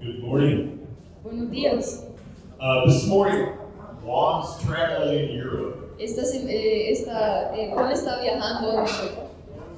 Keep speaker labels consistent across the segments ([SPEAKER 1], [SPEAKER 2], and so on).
[SPEAKER 1] Good morning.
[SPEAKER 2] Buenos días.
[SPEAKER 1] Uh, this morning, Lon's traveling in Europe.
[SPEAKER 2] Esta, sem- eh, esta, eh, Juan está viajando en Europa.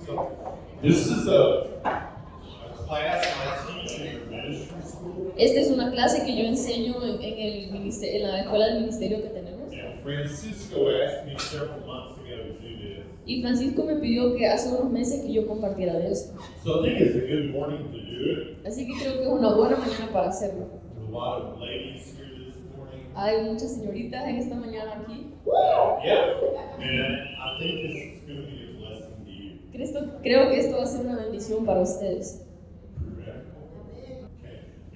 [SPEAKER 1] So, this is a, a class I teach in the ministry school.
[SPEAKER 2] Esta es una clase que yo enseño en, en el ministe- en la escuela del ministerio que tenemos.
[SPEAKER 1] And Francisco asked me several months ago to do this.
[SPEAKER 2] Y Francisco me pidió que hace unos meses que yo compartiera de esto.
[SPEAKER 1] So, I think it's a good morning to do it.
[SPEAKER 2] Así que creo que es una buena mañana para hacerlo.
[SPEAKER 1] There's a lot of ladies here this morning.
[SPEAKER 2] Hay muchas señoritas en esta mañana aquí.
[SPEAKER 1] Yeah. And I think this is going to be a blessing to you.
[SPEAKER 2] Cristo- creo que esto va a ser una bendición para ustedes.
[SPEAKER 1] Okay.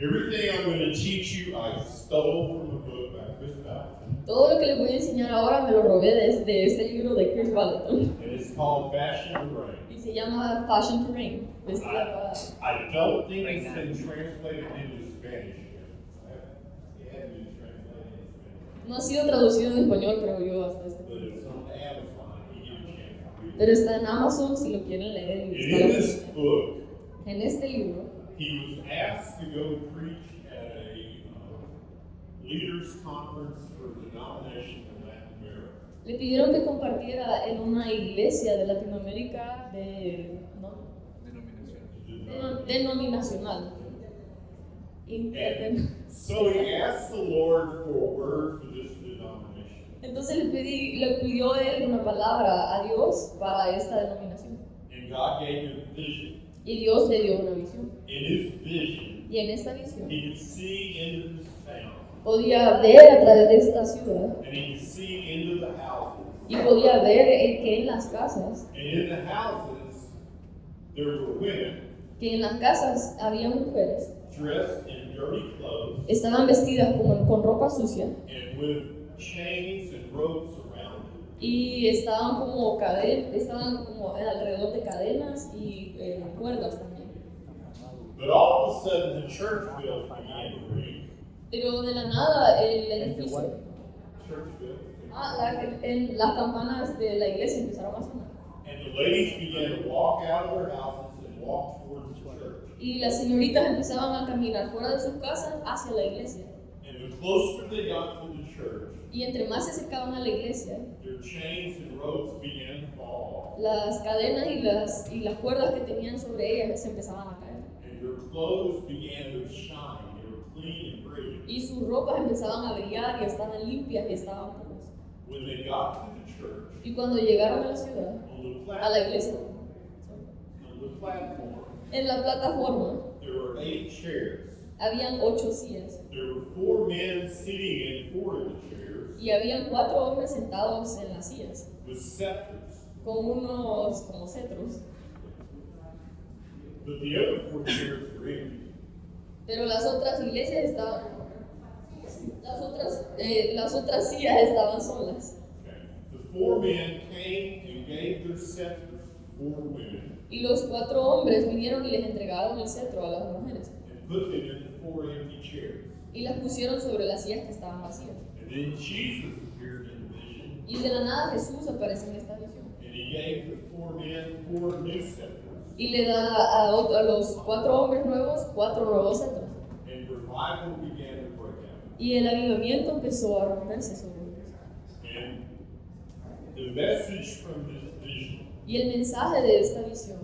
[SPEAKER 1] Everything I'm going to teach you, I stole from a book by Chris Ballardon.
[SPEAKER 2] Todo lo que les voy a enseñar ahora me lo robé de, de este libro de Chris Ballaton.
[SPEAKER 1] and it's called Fashion and Rain.
[SPEAKER 2] Y se llama Fashion to Ring. Vestida para...
[SPEAKER 1] I don't think it's been translated into Spanish yet. I haven't- It hasn't been translated into Spanish,
[SPEAKER 2] No ha sido traducido en español, pero yo hasta este
[SPEAKER 1] but it's on Amazon. You get a chance to read
[SPEAKER 2] Pero está en Amazon si lo quieren leer.
[SPEAKER 1] it.
[SPEAKER 2] y
[SPEAKER 1] And
[SPEAKER 2] está
[SPEAKER 1] in
[SPEAKER 2] la-
[SPEAKER 1] this book,
[SPEAKER 2] En este libro,
[SPEAKER 1] he was asked to go preach at a uh, leaders' conference for a denomination in Latin America.
[SPEAKER 2] le pidieron que compartiera en una iglesia de Latinoamérica de, ¿no? Denom- denominacional.
[SPEAKER 1] Eh.
[SPEAKER 2] Interden-
[SPEAKER 1] So he asked the Lord for a word for this denomination.
[SPEAKER 2] Entonces le, pedí, le pidió él una palabra a Dios para esta denominación.
[SPEAKER 1] And God gave him a vision.
[SPEAKER 2] Y Dios le dio una visión.
[SPEAKER 1] In his vision,
[SPEAKER 2] Y en esta visión
[SPEAKER 1] he could see into this town.
[SPEAKER 2] podía ver a través de esta ciudad
[SPEAKER 1] and he could see into the houses.
[SPEAKER 2] y podía ver eh, que en las casas,
[SPEAKER 1] And in the houses, there were women
[SPEAKER 2] que en las casas había mujeres
[SPEAKER 1] dressed in dirty clothes
[SPEAKER 2] estaban vestidas con, con ropa sucia
[SPEAKER 1] and with chains and ropes around them.
[SPEAKER 2] y estaban como caden estaban como alrededor de cadenas y eh, cuerdas también.
[SPEAKER 1] But all of a sudden, the church building began to ring.
[SPEAKER 2] Pero de la nada el edificio,
[SPEAKER 1] Church building.
[SPEAKER 2] ah, la- en- las campanas de la iglesia empezaron a sonar
[SPEAKER 1] And the ladies began to walk out of their houses and walk towards the church.
[SPEAKER 2] y las señoritas empezaban a caminar fuera de sus casas hacia la iglesia
[SPEAKER 1] And the closer they got to the church,
[SPEAKER 2] y entre más se acercaban a la iglesia
[SPEAKER 1] their chains and ropes began to fall
[SPEAKER 2] las cadenas y las y las cuerdas que tenían sobre ellas se empezaban a caer
[SPEAKER 1] off. And their clothes began to shine. They were clean and brilliant.
[SPEAKER 2] y sus ropas empezaban a brillar y estaban limpias y estaban puras.
[SPEAKER 1] When they got to the church,
[SPEAKER 2] Y cuando llegaron a la ciudad,
[SPEAKER 1] on the
[SPEAKER 2] a la
[SPEAKER 1] platform,
[SPEAKER 2] iglesia,
[SPEAKER 1] on the platform,
[SPEAKER 2] en la plataforma
[SPEAKER 1] there were eight chairs.
[SPEAKER 2] habían ocho sillas
[SPEAKER 1] There were four men sitting in four of the chairs
[SPEAKER 2] y habían cuatro hombres sentados en las sillas
[SPEAKER 1] with scepters,
[SPEAKER 2] con unos como cetros,
[SPEAKER 1] but the other four chairs were empty.
[SPEAKER 2] pero las otras iglesias estaban, las otras, eh, las otras sillas estaban solas.
[SPEAKER 1] Okay. The four men came and gave their scepters to four women
[SPEAKER 2] Y los cuatro hombres vinieron y les entregaron el cetro a las mujeres
[SPEAKER 1] and put them in the four empty chairs.
[SPEAKER 2] y las pusieron sobre las sillas que estaban vacías.
[SPEAKER 1] And then Jesus appeared in the vision,
[SPEAKER 2] Y de la nada Jesús aparece en esta visión
[SPEAKER 1] and he gave the four men four new scepters,
[SPEAKER 2] y le da a, ot- a los cuatro hombres nuevos cuatro nuevos cetros.
[SPEAKER 1] and revival began to break out.
[SPEAKER 2] Y el avivamiento empezó a romperse sobre ellos.
[SPEAKER 1] And the message from this vision,
[SPEAKER 2] Y el mensaje de esta visión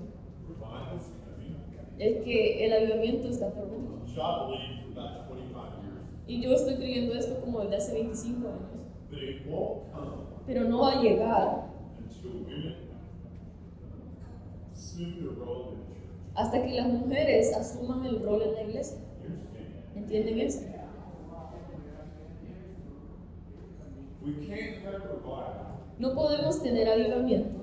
[SPEAKER 1] revival's coming,
[SPEAKER 2] es que el avivamiento está por venir.
[SPEAKER 1] which I believe for about 25 years,
[SPEAKER 2] Y yo estoy creyendo esto como desde hace 25 años.
[SPEAKER 1] but it won't come
[SPEAKER 2] Pero no va a llegar
[SPEAKER 1] until women assume the role in the church.
[SPEAKER 2] hasta que las mujeres asuman el rol en la iglesia.
[SPEAKER 1] You understand?
[SPEAKER 2] ¿Entienden eso?
[SPEAKER 1] We can't have revival
[SPEAKER 2] No podemos tener avivamiento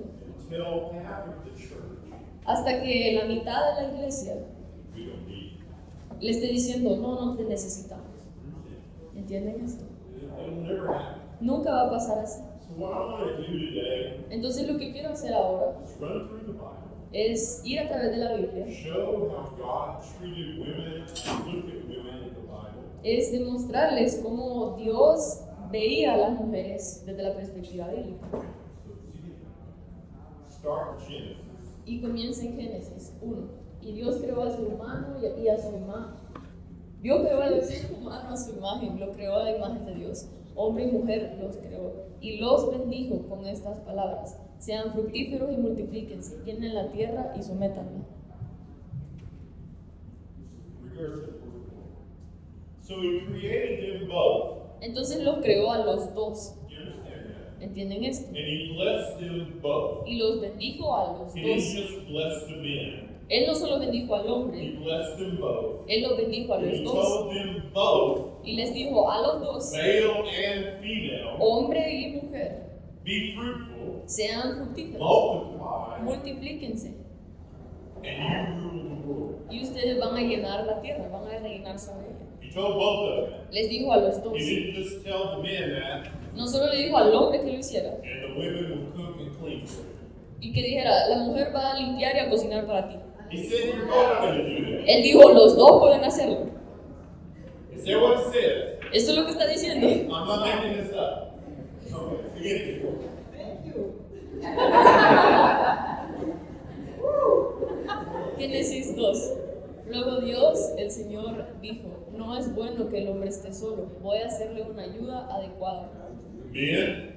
[SPEAKER 1] until half of the church
[SPEAKER 2] hasta que la mitad de la iglesia
[SPEAKER 1] we don't need.
[SPEAKER 2] le esté diciendo, no, no te necesitamos.
[SPEAKER 1] Understand?
[SPEAKER 2] ¿Entienden esto?
[SPEAKER 1] It- It'll never happen.
[SPEAKER 2] Nunca va a pasar así.
[SPEAKER 1] So what I want to do today
[SPEAKER 2] Entonces lo que quiero hacer ahora
[SPEAKER 1] is run through the Bible,
[SPEAKER 2] es ir a través de la Biblia
[SPEAKER 1] show how God treated women, and look at women in the Bible.
[SPEAKER 2] es demostrarles cómo Dios veía a las mujeres desde la perspectiva bíblica.
[SPEAKER 1] Start with Genesis.
[SPEAKER 2] Y comienza en Génesis 1. Y Dios creó al ser humano y y a su, ma- Dios creó al ser humano a su imagen, lo creó a la imagen de Dios. Hombre y mujer los creó y los bendijo con estas palabras. Sean fructíferos y multiplíquense, llenen la tierra y sométanla.
[SPEAKER 1] Rehearsal. So he created them both.
[SPEAKER 2] Entonces los creó a los dos.
[SPEAKER 1] Do you understand that?
[SPEAKER 2] ¿Entienden esto?
[SPEAKER 1] And he blessed them both.
[SPEAKER 2] Y los bendijo a los
[SPEAKER 1] He didn't
[SPEAKER 2] dos.
[SPEAKER 1] just bless the men.
[SPEAKER 2] Él no solo bendijo al
[SPEAKER 1] He
[SPEAKER 2] hombre,
[SPEAKER 1] blessed them both.
[SPEAKER 2] él los bendijo a
[SPEAKER 1] And
[SPEAKER 2] los
[SPEAKER 1] he
[SPEAKER 2] dos.
[SPEAKER 1] told them both,
[SPEAKER 2] Y les dijo a los dos,
[SPEAKER 1] male and female,
[SPEAKER 2] hombre y mujer,
[SPEAKER 1] be fruitful,
[SPEAKER 2] sean fructíferos,
[SPEAKER 1] multiply,
[SPEAKER 2] multiplíquense.
[SPEAKER 1] and you rule the world.
[SPEAKER 2] Y ustedes van a llenar la tierra, van a rellenar sobre ella.
[SPEAKER 1] He told both of them.
[SPEAKER 2] Les dijo a los dos.
[SPEAKER 1] He didn't just tell the men that,
[SPEAKER 2] No solo le dijo al hombre que lo hiciera
[SPEAKER 1] and the women will cook and clean.
[SPEAKER 2] y que dijera, la mujer va a limpiar y a cocinar para ti.
[SPEAKER 1] He said, you're both going to do that.
[SPEAKER 2] Él dijo, los dos pueden hacerlo.
[SPEAKER 1] Is that what it says?
[SPEAKER 2] Esto es lo que está diciendo.
[SPEAKER 1] I'm not making this up. Okay, forget it.
[SPEAKER 2] Génesis 2. Luego Dios, el Señor, dijo, no es bueno que el hombre esté solo, voy a hacerle una ayuda adecuada.
[SPEAKER 1] Men,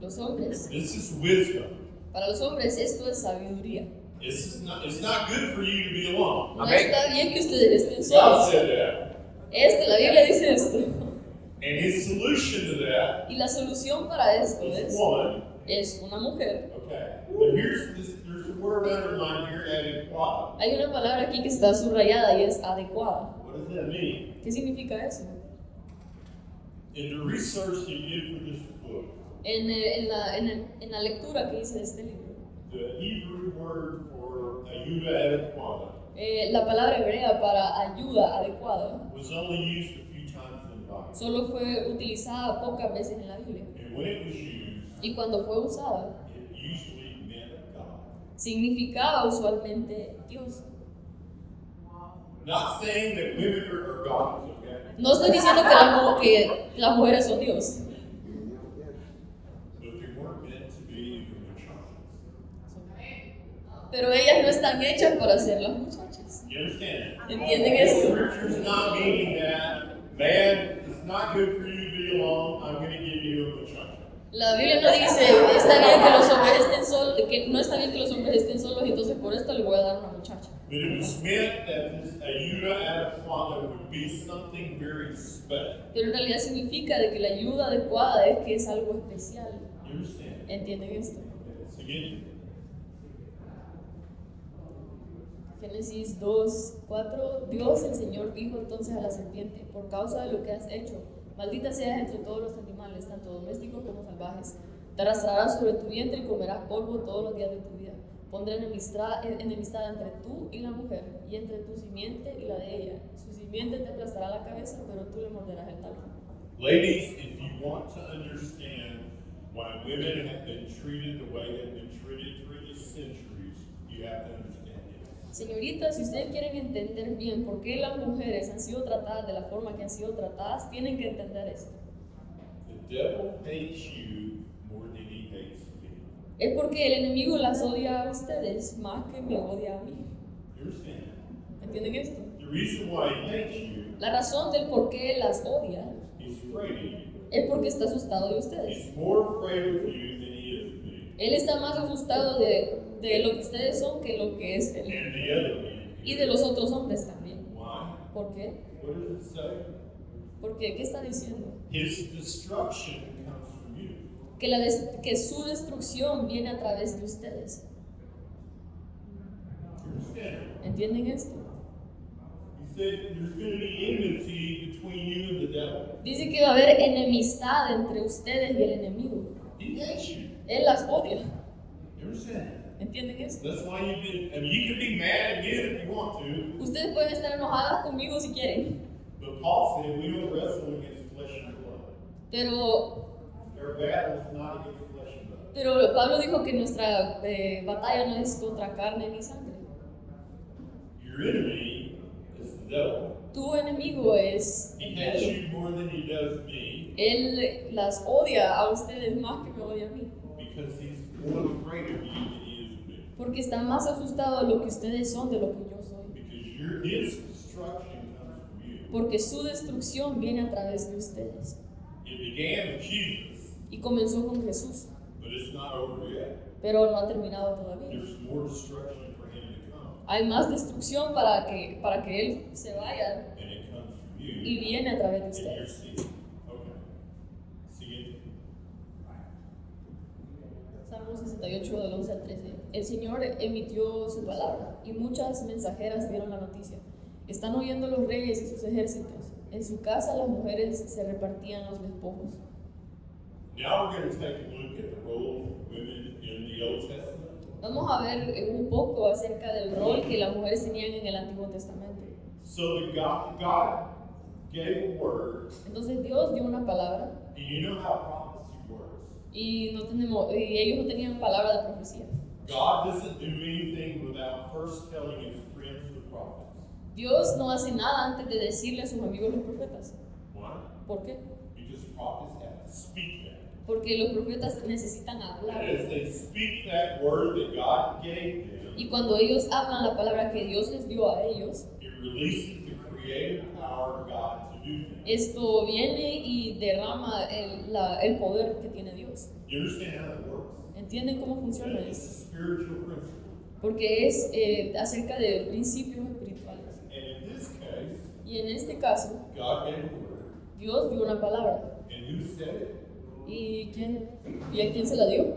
[SPEAKER 2] Los hombres,
[SPEAKER 1] this is wisdom.
[SPEAKER 2] para los hombres esto es sabiduría.
[SPEAKER 1] This is not, it's not good for you to be alone.
[SPEAKER 2] No está bien que ustedes estén
[SPEAKER 1] God
[SPEAKER 2] solos.
[SPEAKER 1] said that.
[SPEAKER 2] Esto, la Biblia dice esto.
[SPEAKER 1] And his solution to that
[SPEAKER 2] Y la solución para esto
[SPEAKER 1] is
[SPEAKER 2] es,
[SPEAKER 1] one.
[SPEAKER 2] es una mujer.
[SPEAKER 1] Okay. But here's this, there's a word underlined here added quad.
[SPEAKER 2] Hay una palabra aquí que está subrayada y es adecuada.
[SPEAKER 1] What does that mean?
[SPEAKER 2] ¿Qué significa eso?
[SPEAKER 1] In the research they did for this book,
[SPEAKER 2] En, el- en la, en el- en la lectura que hice de este libro,
[SPEAKER 1] the Hebrew word for ayuda adequada
[SPEAKER 2] eh, la palabra hebrea para ayuda adecuada
[SPEAKER 1] was only used a few times in the Bible.
[SPEAKER 2] solo fue utilizada pocas veces en la Biblia.
[SPEAKER 1] And when it was used,
[SPEAKER 2] Y cuando fue usada,
[SPEAKER 1] it usually meant God.
[SPEAKER 2] significaba usualmente Dios.
[SPEAKER 1] Not saying that women are, are gods, okay?
[SPEAKER 2] No estoy diciendo que, la mu- que las mujeres son Dios.
[SPEAKER 1] But they weren't meant to be in their childhoods.
[SPEAKER 2] Pero ellas no están hechas para ser las muchachas.
[SPEAKER 1] You understand?
[SPEAKER 2] ¿Entienden esto?
[SPEAKER 1] Scripture's not meaning that, man, it's not good for you to be alone, I'm gonna give you a vagina.
[SPEAKER 2] La Biblia no dice, está bien que los hombres estén solos, que no está bien que los hombres estén solos, entonces por esto le voy a dar una muchacha.
[SPEAKER 1] But it was meant that this ayuda adequata would be something very special.
[SPEAKER 2] Pero en realidad significa de que la ayuda adecuada es que es algo especial.
[SPEAKER 1] You understand?
[SPEAKER 2] ¿Entienden esto?
[SPEAKER 1] So again,
[SPEAKER 2] Génesis 2, 4. Dios el Señor dijo entonces a la serpiente, por causa de lo que has hecho, maldita seas entre todos los animales, tanto domésticos como salvajes. Te arrastrarás sobre tu vientre y comerás polvo todos los días de tu vida. Pondré enemistad, en- enemistad entre tú y la mujer, y entre tu simiente y la de ella. Su simiente te aplastará la cabeza, pero tú le morderás el talón.
[SPEAKER 1] ladies, if you want to understand why women have been treated the way they've been treated through the centuries, you have to understand this.
[SPEAKER 2] Señoritas, si ustedes quieren entender bien por qué las mujeres han sido tratadas de la forma que han sido tratadas, tienen que entender esto.
[SPEAKER 1] The devil hates you more than he hates me.
[SPEAKER 2] Es porque el enemigo las odia a ustedes más que me odia a mí.
[SPEAKER 1] You understand?
[SPEAKER 2] ¿Entienden esto?
[SPEAKER 1] The reason why he hates you,
[SPEAKER 2] La razón del por qué las odia
[SPEAKER 1] he's afraid of you.
[SPEAKER 2] es porque está asustado de ustedes.
[SPEAKER 1] He's more afraid of you than he is of me
[SPEAKER 2] Él está más asustado de, de lo que ustedes son que lo que es él.
[SPEAKER 1] and the other man.
[SPEAKER 2] Y de los otros hombres también.
[SPEAKER 1] Why?
[SPEAKER 2] ¿Por qué?
[SPEAKER 1] What does it say?
[SPEAKER 2] Porque, ¿qué está diciendo?
[SPEAKER 1] His destruction comes from you.
[SPEAKER 2] Que, la des- que su destrucción viene a través de ustedes.
[SPEAKER 1] You understand?
[SPEAKER 2] ¿Entienden esto?
[SPEAKER 1] He said there's going to be enmity between you and the devil.
[SPEAKER 2] Dice que va a haber enemistad entre ustedes y el enemigo.
[SPEAKER 1] He hates you.
[SPEAKER 2] Él las odia.
[SPEAKER 1] You understand?
[SPEAKER 2] ¿Entienden esto?
[SPEAKER 1] That's why you've been. I mean, you can be mad at me if you want to,
[SPEAKER 2] Ustedes pueden estar enojadas conmigo si quieren.
[SPEAKER 1] but Paul said we don't wrestle against flesh and blood.
[SPEAKER 2] Pero,
[SPEAKER 1] Their battle is not against flesh and blood.
[SPEAKER 2] pero Pablo dijo que nuestra eh, batalla no es contra carne ni sangre.
[SPEAKER 1] Your enemy is the devil.
[SPEAKER 2] Tu enemigo es
[SPEAKER 1] He
[SPEAKER 2] el
[SPEAKER 1] hates
[SPEAKER 2] diablo.
[SPEAKER 1] you more than he does me
[SPEAKER 2] Él las odia a ustedes más que me odia a mí.
[SPEAKER 1] because he's more afraid of you than he is of me.
[SPEAKER 2] Porque está más asustado de lo que ustedes son de lo que yo soy.
[SPEAKER 1] Because you're his destruction comes from you.
[SPEAKER 2] porque su destrucción viene a través de ustedes.
[SPEAKER 1] It began with Jesus,
[SPEAKER 2] Y comenzó con Jesús,
[SPEAKER 1] but it's not over yet.
[SPEAKER 2] pero no ha terminado todavía.
[SPEAKER 1] There's more destruction for him to come,
[SPEAKER 2] Hay más destrucción para que, para que Él se vaya
[SPEAKER 1] and it comes from
[SPEAKER 2] y
[SPEAKER 1] you.
[SPEAKER 2] viene a través de
[SPEAKER 1] And you're
[SPEAKER 2] ustedes.
[SPEAKER 1] seeing. Okay. See it?
[SPEAKER 2] Salmo 68, del 11 al 13. El Señor emitió su palabra y muchas mensajeras dieron la noticia. Están huyendo los reyes y sus ejércitos. En su casa las mujeres se repartían los despojos.
[SPEAKER 1] Now we're going to take a look at the role of women in the Old Testament.
[SPEAKER 2] Vamos a ver eh, un poco acerca del rol que las mujeres tenían en el Antiguo Testamento.
[SPEAKER 1] So the God, God gave a word,
[SPEAKER 2] Entonces Dios dio una palabra
[SPEAKER 1] and you know how prophecy works.
[SPEAKER 2] y, no tenemos, y ellos no tenían palabra de profecía.
[SPEAKER 1] God doesn't do anything without first telling his friends the prophets.
[SPEAKER 2] Dios no hace nada antes de decirle a sus amigos los profetas.
[SPEAKER 1] Why?
[SPEAKER 2] ¿Por qué?
[SPEAKER 1] Because prophets have to speak that.
[SPEAKER 2] Porque los profetas necesitan
[SPEAKER 1] And
[SPEAKER 2] hablar.
[SPEAKER 1] as they speak that word that God gave
[SPEAKER 2] Y
[SPEAKER 1] them,
[SPEAKER 2] cuando ellos hablan la palabra que Dios les dio a ellos,
[SPEAKER 1] it releases the creative power of God to do that.
[SPEAKER 2] esto viene y derrama el, la- el poder que tiene Dios.
[SPEAKER 1] You understand how that works?
[SPEAKER 2] ¿Entienden cómo funciona
[SPEAKER 1] It's
[SPEAKER 2] eso?
[SPEAKER 1] a spiritual principle.
[SPEAKER 2] Porque es eh, acerca de principios espirituales.
[SPEAKER 1] And in this case,
[SPEAKER 2] Y en este caso,
[SPEAKER 1] God gave a word.
[SPEAKER 2] Dios dio una palabra.
[SPEAKER 1] And who said it?
[SPEAKER 2] ¿Y, quién, ¿y a quién se la dio?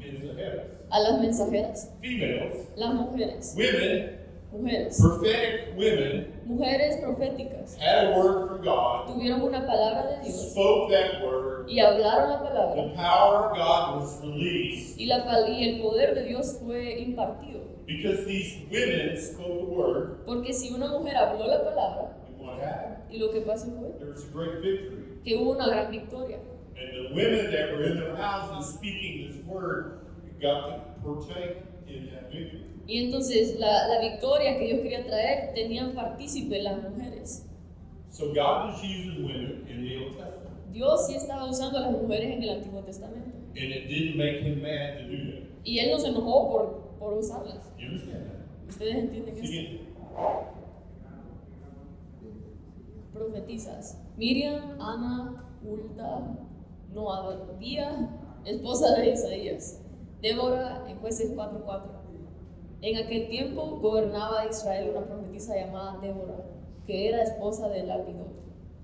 [SPEAKER 1] It's the heavens.
[SPEAKER 2] A las mensajeras,
[SPEAKER 1] Females,
[SPEAKER 2] las mujeres,
[SPEAKER 1] women,
[SPEAKER 2] mujeres,
[SPEAKER 1] prophetic women,
[SPEAKER 2] mujeres proféticas.
[SPEAKER 1] had a word from God,
[SPEAKER 2] tuvieron una palabra de Dios
[SPEAKER 1] spoke that word,
[SPEAKER 2] y hablaron la palabra
[SPEAKER 1] The power of God was released
[SPEAKER 2] y, la, pal- y el poder de Dios fue impartido.
[SPEAKER 1] because these women spoke the word.
[SPEAKER 2] Porque si una mujer habló la palabra
[SPEAKER 1] And what happened?
[SPEAKER 2] y lo que pasó fue
[SPEAKER 1] There was a great victory.
[SPEAKER 2] que hubo una gran victoria
[SPEAKER 1] And the women that were in their houses speaking this word got to partake in that victory.
[SPEAKER 2] y entonces la, la victoria que Dios quería traer tenían partícipe las mujeres.
[SPEAKER 1] So God was using women in the Old Testament.
[SPEAKER 2] Dios sí estaba usando a las mujeres en el Antiguo Testamento
[SPEAKER 1] And it didn't make him mad to do that.
[SPEAKER 2] y Él no se enojó por, por usarlas.
[SPEAKER 1] You understand that?
[SPEAKER 2] ¿Ustedes entienden esto?
[SPEAKER 1] Siguiente.
[SPEAKER 2] Profetizas. Miriam, Ana, Ulta, Noadía, esposa de Isaías. Débora, en jueces 4.4. En aquel tiempo gobernaba Israel una profetisa llamada Débora, que era esposa de Lapidote.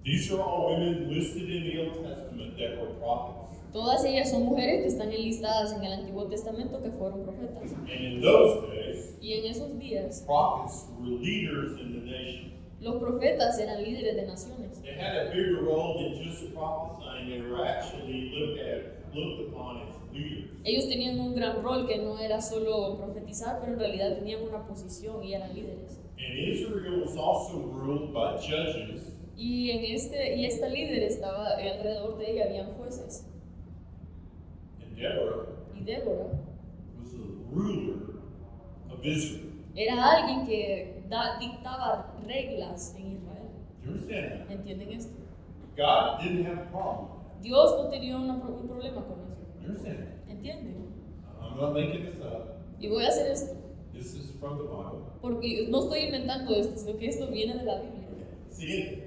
[SPEAKER 1] These are all women listed in the Old Testament that were prophets.
[SPEAKER 2] Todas ellas son mujeres que están enlistadas en el Antiguo Testamento que fueron profetas.
[SPEAKER 1] And in those days,
[SPEAKER 2] Y en esos días,
[SPEAKER 1] prophets were leaders in the nation.
[SPEAKER 2] los profetas eran líderes de naciones.
[SPEAKER 1] They had a bigger role than just prophesying. They were actually looked at, looked upon as leaders.
[SPEAKER 2] Ellos tenían un gran rol que no era solo profetizar, pero en realidad tenían una posición y eran líderes.
[SPEAKER 1] And Israel was also ruled by judges,
[SPEAKER 2] Y en este y esta líder estaba eh, alrededor de ella habían jueces
[SPEAKER 1] and Deborah
[SPEAKER 2] y Débora
[SPEAKER 1] was the ruler of Israel.
[SPEAKER 2] era alguien que da- dictaba reglas en Israel.
[SPEAKER 1] You understand that?
[SPEAKER 2] ¿Entienden esto?
[SPEAKER 1] God didn't have a problem.
[SPEAKER 2] Dios no tenía una pro- un problema con eso.
[SPEAKER 1] You understand
[SPEAKER 2] ¿Entienden?
[SPEAKER 1] that? I'm not making this up.
[SPEAKER 2] Y voy a hacer esto
[SPEAKER 1] This is from the Bible.
[SPEAKER 2] porque no estoy inventando esto, sino que esto viene de la Biblia.
[SPEAKER 1] See,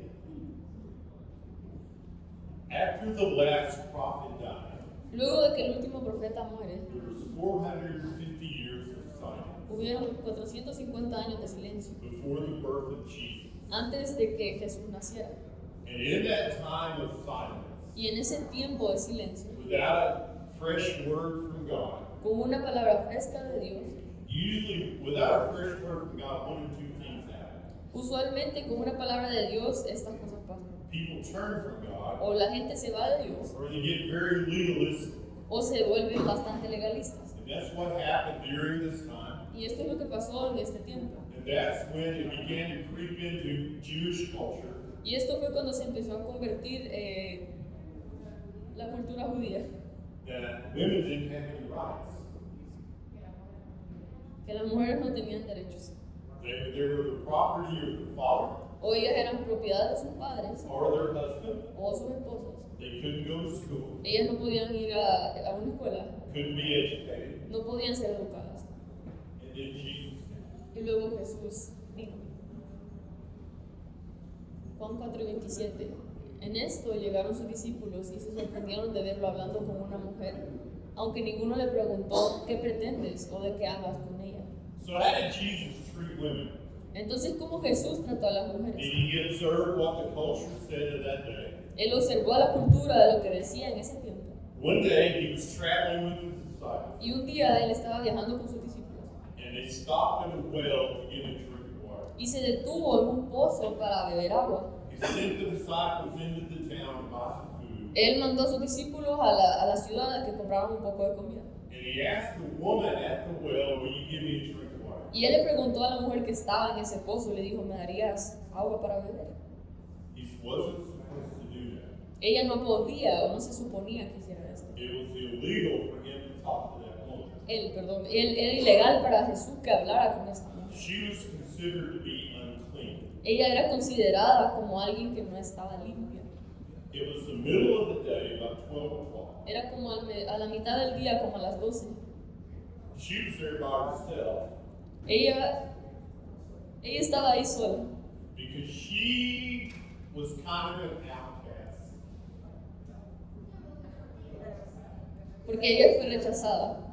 [SPEAKER 1] after the last prophet died,
[SPEAKER 2] Luego de que el último profeta muere,
[SPEAKER 1] there was 450 years of silence
[SPEAKER 2] hubieron 450 años de silencio
[SPEAKER 1] before the birth of Jesus.
[SPEAKER 2] antes de que Jesús naciera.
[SPEAKER 1] And in that time of silence,
[SPEAKER 2] Y en ese tiempo de silencio,
[SPEAKER 1] without a fresh word from God,
[SPEAKER 2] con una palabra fresca de Dios,
[SPEAKER 1] usually without a fresh word from God, one or two things happen.
[SPEAKER 2] Usualmente con una palabra de Dios estas cosas pasan.
[SPEAKER 1] People turn from God,
[SPEAKER 2] O la gente se va de Dios
[SPEAKER 1] or they get very legalistic.
[SPEAKER 2] o se vuelven bastante legalistas.
[SPEAKER 1] And that's what happened during this time.
[SPEAKER 2] Y esto es lo que pasó en este tiempo.
[SPEAKER 1] And that's when it began to creep into Jewish culture.
[SPEAKER 2] Y esto fue cuando se empezó a convertir eh, la cultura judía,
[SPEAKER 1] that women didn't have any rights.
[SPEAKER 2] que las mujeres no tenían derechos.
[SPEAKER 1] They, they were the property of the father
[SPEAKER 2] O ellas eran propiedad de sus padres
[SPEAKER 1] or their husband.
[SPEAKER 2] o sus esposos.
[SPEAKER 1] They couldn't go to school,
[SPEAKER 2] Ellas no podían ir a, a una escuela,
[SPEAKER 1] couldn't be educated.
[SPEAKER 2] no podían ser educadas.
[SPEAKER 1] And then Jesus came.
[SPEAKER 2] Y luego Jesús vino. Juan 4:27. En esto llegaron sus discípulos y se sorprendieron de verlo hablando con una mujer, aunque ninguno le preguntó qué pretendes o de qué hablas con ella.
[SPEAKER 1] So how did Jesus treat women?
[SPEAKER 2] Entonces, ¿cómo Jesús trató a las
[SPEAKER 1] Did
[SPEAKER 2] mujeres?
[SPEAKER 1] he observe what the culture said of that day?
[SPEAKER 2] Él observó a la cultura de lo que decía en ese tiempo.
[SPEAKER 1] One day he was traveling with his disciples,
[SPEAKER 2] Y un día él estaba viajando con sus discípulos
[SPEAKER 1] and they stopped at a well to get a drink of water.
[SPEAKER 2] y se detuvo en un pozo para beber agua.
[SPEAKER 1] He sent the disciples into the town to buy some food,
[SPEAKER 2] Él mandó a sus discípulos a la, a la ciudad a que compraran un poco de comida.
[SPEAKER 1] and he asked the woman at the well, "Will you give me a drink of water?"
[SPEAKER 2] Y él le preguntó a la mujer que estaba en ese pozo, le dijo, ¿me darías agua para beber?
[SPEAKER 1] He wasn't supposed to do that.
[SPEAKER 2] Ella no podía o no se suponía que hiciera esto.
[SPEAKER 1] It was illegal for him to talk to that woman.
[SPEAKER 2] Él, perdón, él era ilegal para Jesús que hablara con esta mujer.
[SPEAKER 1] She was considered to be unclean.
[SPEAKER 2] Ella era considerada como alguien que no estaba limpia.
[SPEAKER 1] It was the middle of the day, about 12 o'clock.
[SPEAKER 2] Era como al me- a la mitad del día, como a las 12.
[SPEAKER 1] She was there by herself
[SPEAKER 2] Ella, ella estaba ahí sola
[SPEAKER 1] because she was kind of an outcast.
[SPEAKER 2] porque ella fue rechazada.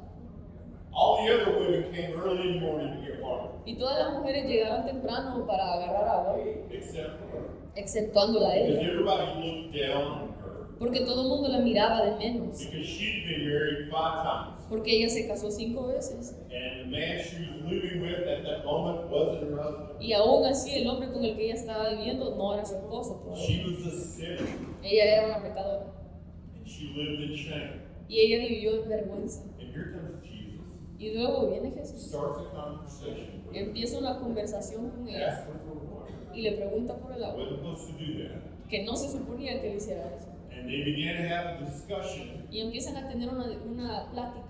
[SPEAKER 1] All the other women came early in the morning to get water,
[SPEAKER 2] Y todas las mujeres llegaron temprano para agarrar agua,
[SPEAKER 1] except for her.
[SPEAKER 2] exceptuándola a
[SPEAKER 1] Because
[SPEAKER 2] ella.
[SPEAKER 1] everybody looked down on her
[SPEAKER 2] Porque todo el mundo la miraba de menos.
[SPEAKER 1] because she'd been married five times.
[SPEAKER 2] Porque ella se casó cinco veces.
[SPEAKER 1] And the man she was living with at that moment wasn't her husband.
[SPEAKER 2] Y aún así el hombre con el que ella estaba viviendo no era su esposo. todavía.
[SPEAKER 1] She was a sinner
[SPEAKER 2] Ella era una pecadora.
[SPEAKER 1] and she lived in shame.
[SPEAKER 2] Y ella vivió en vergüenza.
[SPEAKER 1] And here comes Jesus,
[SPEAKER 2] Y luego viene Jesús,
[SPEAKER 1] starts a conversation with her,
[SPEAKER 2] empieza una conversación con ella
[SPEAKER 1] asks her for water.
[SPEAKER 2] y le pregunta por el agua,
[SPEAKER 1] Wasn't supposed to do that.
[SPEAKER 2] que no se suponía que él hiciera eso.
[SPEAKER 1] And they began to have a discussion
[SPEAKER 2] Y empiezan a tener una, una plática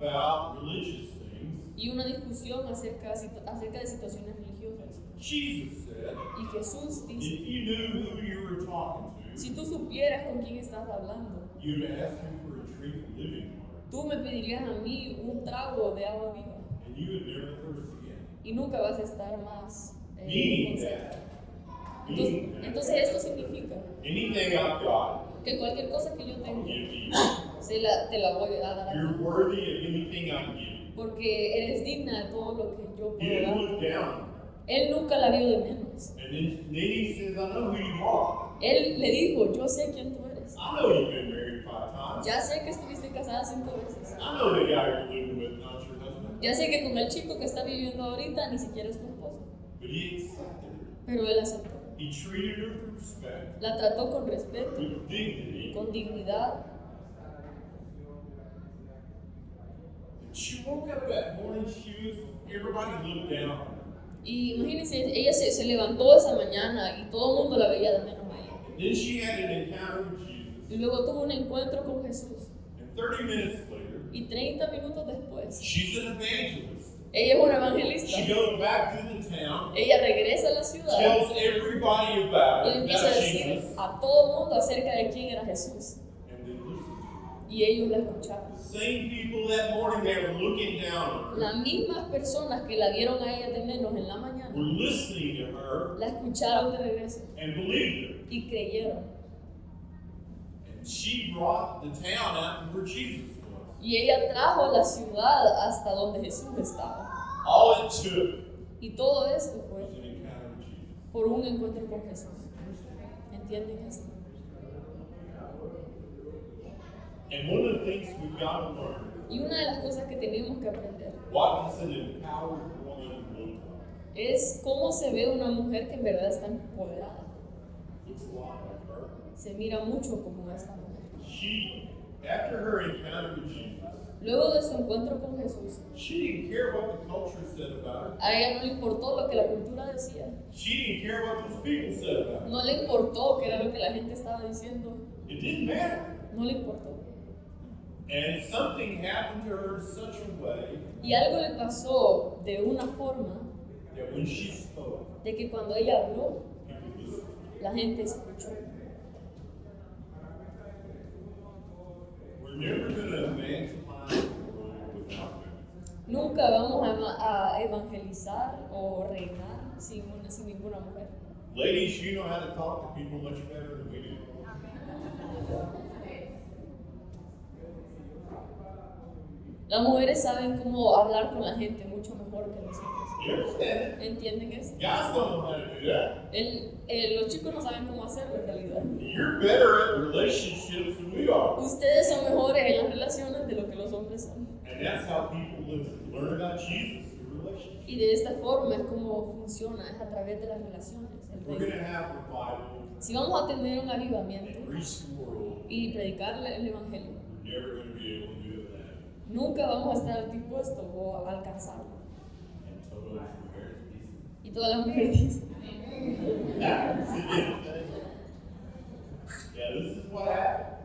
[SPEAKER 1] about religious things.
[SPEAKER 2] y una discusión acerca, de situ- acerca de situaciones religiosas.
[SPEAKER 1] Jesus said,
[SPEAKER 2] Y Jesús
[SPEAKER 1] if
[SPEAKER 2] dice,
[SPEAKER 1] you knew who you were talking to,
[SPEAKER 2] si tú supieras con quién estás hablando,
[SPEAKER 1] You'd ask him for a drink of living water,
[SPEAKER 2] tú me pedirías a mí un trago de agua viva
[SPEAKER 1] and you would never thirst again.
[SPEAKER 2] y nunca vas a estar más... eh,
[SPEAKER 1] Meaning
[SPEAKER 2] con sed".
[SPEAKER 1] that,
[SPEAKER 2] entonces,
[SPEAKER 1] meaning that,
[SPEAKER 2] entonces esto significa
[SPEAKER 1] anything I've got,
[SPEAKER 2] que cualquier cosa que yo
[SPEAKER 1] I'll give
[SPEAKER 2] tenga,
[SPEAKER 1] you.
[SPEAKER 2] se la, te la voy a dar a ti.
[SPEAKER 1] You're worthy of anything I give you.
[SPEAKER 2] porque eres digna de todo lo que yo
[SPEAKER 1] He
[SPEAKER 2] puedo
[SPEAKER 1] didn't
[SPEAKER 2] dar.
[SPEAKER 1] look down on her.
[SPEAKER 2] Él nunca la vio de menos.
[SPEAKER 1] And then, then he says, I know who you are.
[SPEAKER 2] Él le dijo, yo sé quién tú eres.
[SPEAKER 1] I know you've been married five times.
[SPEAKER 2] Ya sé que estuviste casada cinco veces.
[SPEAKER 1] I know the guy you're living with, not your husband.
[SPEAKER 2] Ya sé que con el chico que está viviendo ahorita ni siquiera es tu esposo.
[SPEAKER 1] But he accepted her.
[SPEAKER 2] Pero él aceptó.
[SPEAKER 1] He treated her with respect,
[SPEAKER 2] La trató con respeto,
[SPEAKER 1] with dignity,
[SPEAKER 2] con dignidad.
[SPEAKER 1] and she woke up that morning, she was, everybody looked down on her.
[SPEAKER 2] Y imagínense, ella se, se levantó esa mañana y todo el mundo la veía de menos a ella.
[SPEAKER 1] Then she had an encounter with Jesus,
[SPEAKER 2] Y luego tuvo un encuentro con Jesús.
[SPEAKER 1] and 30 minutes later,
[SPEAKER 2] Y 30 minutos después,
[SPEAKER 1] she's an evangelist.
[SPEAKER 2] ella es una
[SPEAKER 1] She
[SPEAKER 2] evangelista.
[SPEAKER 1] goes back to the town,
[SPEAKER 2] Ella regresa a la ciudad
[SPEAKER 1] tells everybody
[SPEAKER 2] y
[SPEAKER 1] about
[SPEAKER 2] le
[SPEAKER 1] it,
[SPEAKER 2] empieza a
[SPEAKER 1] about
[SPEAKER 2] decir
[SPEAKER 1] Jesus,
[SPEAKER 2] a todo el mundo acerca de quién era Jesús.
[SPEAKER 1] and then listen.
[SPEAKER 2] Y ellos la escucharon.
[SPEAKER 1] The same people that morning that were looking down on her
[SPEAKER 2] Las mismas personas que la vieron a ella de menos en la
[SPEAKER 1] were
[SPEAKER 2] mañana,
[SPEAKER 1] listening to her
[SPEAKER 2] la escucharon de regreso
[SPEAKER 1] and believed her.
[SPEAKER 2] y creyeron.
[SPEAKER 1] And she brought the town out to where Jesus was.
[SPEAKER 2] Y ella trajo a la ciudad hasta donde Jesús estaba.
[SPEAKER 1] All it took
[SPEAKER 2] Y todo esto fue
[SPEAKER 1] was an encounter with Jesus.
[SPEAKER 2] por un encuentro con Jesús. ¿Entienden esto?
[SPEAKER 1] And one of the things we've got to learn,
[SPEAKER 2] Y una de las cosas que tenemos que aprender
[SPEAKER 1] what does an empowered woman look like?
[SPEAKER 2] es cómo se ve una mujer que en verdad está empoderada.
[SPEAKER 1] Looks a lot like her.
[SPEAKER 2] Se mira mucho como esta mujer.
[SPEAKER 1] She, after her encounter with Jesus,
[SPEAKER 2] Luego de su encuentro con Jesús,
[SPEAKER 1] she didn't care what the culture said about her.
[SPEAKER 2] a ella no le importó lo que la cultura decía.
[SPEAKER 1] She didn't care what those people said about her.
[SPEAKER 2] No le importó qué era lo que la gente estaba diciendo.
[SPEAKER 1] It didn't matter.
[SPEAKER 2] No le importó.
[SPEAKER 1] And something happened to her in such a way
[SPEAKER 2] Y algo le pasó de una forma
[SPEAKER 1] that when she spoke,
[SPEAKER 2] de que cuando ella habló,
[SPEAKER 1] people listened.
[SPEAKER 2] la gente escuchó.
[SPEAKER 1] We're never going to evangelize the world without women.
[SPEAKER 2] Nunca vamos a, eva- a evangelizar o reinar sin, una- sin ninguna mujer.
[SPEAKER 1] Ladies, you know how to talk to people much better than we do.
[SPEAKER 2] Las mujeres saben cómo hablar con la gente mucho mejor que nosotros.
[SPEAKER 1] You understand it?
[SPEAKER 2] ¿Entienden eso?
[SPEAKER 1] Guys don't know how to do that.
[SPEAKER 2] El- eh, los chicos no saben cómo hacerlo en realidad.
[SPEAKER 1] You're better at relationships than we are.
[SPEAKER 2] Ustedes son mejores en las relaciones de lo que los hombres son.
[SPEAKER 1] And that's how people live, learn about Jesus through relationships.
[SPEAKER 2] Y de esta forma es como funciona, es a través de las relaciones. el
[SPEAKER 1] If we're going to
[SPEAKER 2] reino.
[SPEAKER 1] have revival
[SPEAKER 2] Si vamos a tener un
[SPEAKER 1] and
[SPEAKER 2] avivamiento
[SPEAKER 1] reach the world,
[SPEAKER 2] y predicarle el Evangelio,
[SPEAKER 1] we're never going to be able to do that
[SPEAKER 2] nunca vamos a estar dispuestos o a alcanzarlo.
[SPEAKER 1] until those marriage pieces.
[SPEAKER 2] Y todas las mujeres dicen,
[SPEAKER 1] That's the good thing. Yeah, this is what happened.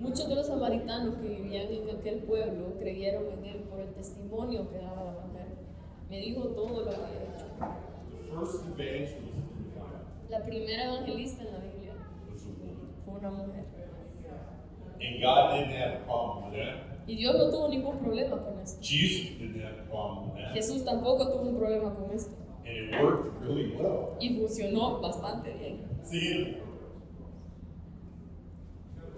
[SPEAKER 2] muchos de los samaritanos que vivían en aquel pueblo creyeron en él por el testimonio que daba la mujer. Me dijo todo lo que había hecho.
[SPEAKER 1] The first evangelist in the Bible
[SPEAKER 2] La primera evangelista en la Biblia
[SPEAKER 1] was a woman.
[SPEAKER 2] fue una mujer.
[SPEAKER 1] And God didn't have a problem with that.
[SPEAKER 2] Y Dios no tuvo ningún problema con esto.
[SPEAKER 1] Jesus didn't have a problem with that.
[SPEAKER 2] Jesús tampoco tuvo un problema con esto.
[SPEAKER 1] And it worked really well.
[SPEAKER 2] Y funcionó bastante bien.
[SPEAKER 1] See,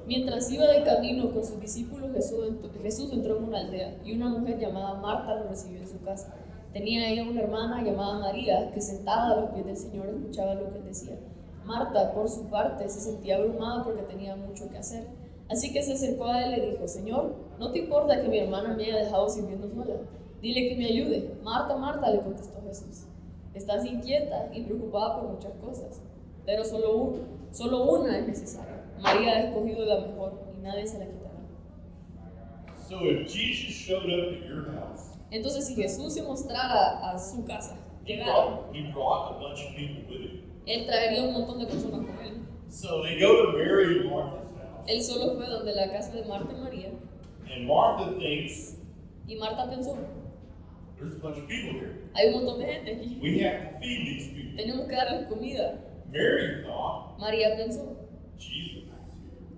[SPEAKER 2] Mientras iba de camino con sus discípulos, Jesús, ent- Jesús entró en una aldea y una mujer llamada Marta lo recibió en su casa. Tenía ella una hermana llamada María que sentada a los pies del Señor escuchaba lo que él decía. Marta, por su parte, se sentía abrumada porque tenía mucho que hacer. Así que se acercó a él y le dijo, Señor, ¿no te importa que mi hermana me haya dejado sirviendo sola? Dile que me ayude. Marta, Marta, le contestó Jesús. Estás inquieta y preocupada por muchas cosas, pero solo, un- solo una es necesaria. María ha escogido la mejor y nadie se la quitará.
[SPEAKER 1] so if Jesus showed up at your house,
[SPEAKER 2] Entonces, si Jesús se mostrara a su casa,
[SPEAKER 1] he
[SPEAKER 2] llegara,
[SPEAKER 1] brought, he brought a bunch of people with him.
[SPEAKER 2] él traería un montón de personas con él.
[SPEAKER 1] So they go to Mary and Martha's house,
[SPEAKER 2] Él solo fue donde la casa de Marta y María,
[SPEAKER 1] and Martha thinks
[SPEAKER 2] y Marta pensó,
[SPEAKER 1] there's a bunch of people here.
[SPEAKER 2] hay un montón de gente aquí,
[SPEAKER 1] We have to feed these people.
[SPEAKER 2] tenemos que darles comida.
[SPEAKER 1] Mary thought
[SPEAKER 2] María pensó,
[SPEAKER 1] Jesus is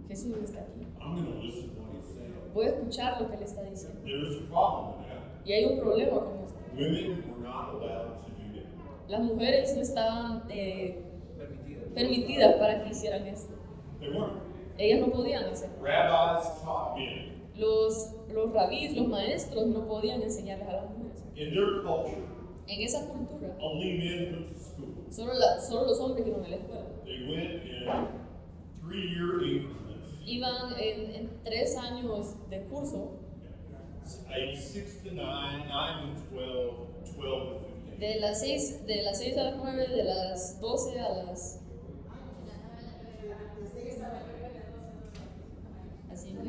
[SPEAKER 2] Jesús está aquí,
[SPEAKER 1] here. I'm going to listen to what he's saying.
[SPEAKER 2] voy a escuchar lo que él está diciendo.
[SPEAKER 1] There's a problem with that.
[SPEAKER 2] Y hay un problema con esto.
[SPEAKER 1] Women were not allowed to do that.
[SPEAKER 2] Las mujeres no estaban eh,
[SPEAKER 3] Permitido.
[SPEAKER 2] permitidas para que hicieran esto.
[SPEAKER 1] They weren't.
[SPEAKER 2] Ellas no podían hacerlo.
[SPEAKER 1] Rabbis taught men
[SPEAKER 2] Los, los rabís, los maestros no podían enseñarles a las mujeres.
[SPEAKER 1] in their culture
[SPEAKER 2] En esa cultura,
[SPEAKER 1] only men went to school.
[SPEAKER 2] solo, la- solo los hombres iban a la escuela.
[SPEAKER 1] They went in three-year increments,
[SPEAKER 2] Iban en, en tres años de curso,
[SPEAKER 1] age six to nine, nine to twelve, twelve to fifteen.
[SPEAKER 2] de las seis, de las seis a las nueve, de las 12 a las... Así.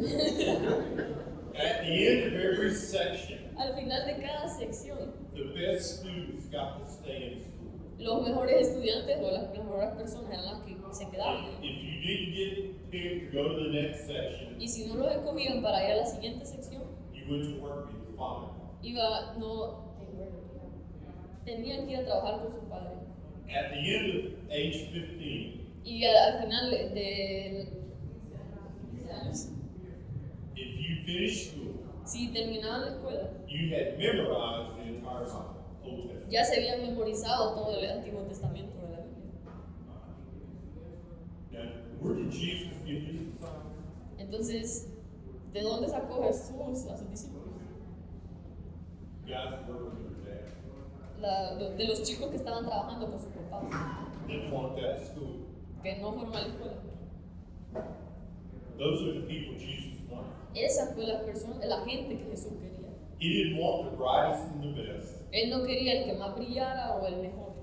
[SPEAKER 1] At the end of every section,
[SPEAKER 2] Al final de cada sección,
[SPEAKER 1] the best students got to stay in school.
[SPEAKER 2] los mejores estudiantes o las, las mejores personas eran las que se quedaban.
[SPEAKER 1] If if you didn't get picked to go to the next section,
[SPEAKER 2] Y si no los escogían para ir a la siguiente sección,
[SPEAKER 1] you went to work with your father.
[SPEAKER 2] iba, no, tenían que ir a trabajar con su padre.
[SPEAKER 1] At the end of age fifteen,
[SPEAKER 2] Y al, al final de 15 años,
[SPEAKER 1] if you finished school,
[SPEAKER 2] si terminaban la escuela,
[SPEAKER 1] you had memorized the entire Bible, Old Testament.
[SPEAKER 2] ya se habían memorizado todo el Antiguo Testamento de la Biblia.
[SPEAKER 1] Now, where did Jesus get his disciples?
[SPEAKER 2] Entonces, ¿de dónde sacó Jesús a sus discípulos?
[SPEAKER 1] Guys who were with their dad.
[SPEAKER 2] La- de de los chicos que estaban trabajando con sus papás,
[SPEAKER 1] that flunked out of school.
[SPEAKER 2] que no fueron a la escuela.
[SPEAKER 1] Those are the people Jesus wanted.
[SPEAKER 2] Esa fue la persona, la gente que Jesús quería.
[SPEAKER 1] He didn't want the brightest and the best.
[SPEAKER 2] Él no quería el que más brillara o el mejor.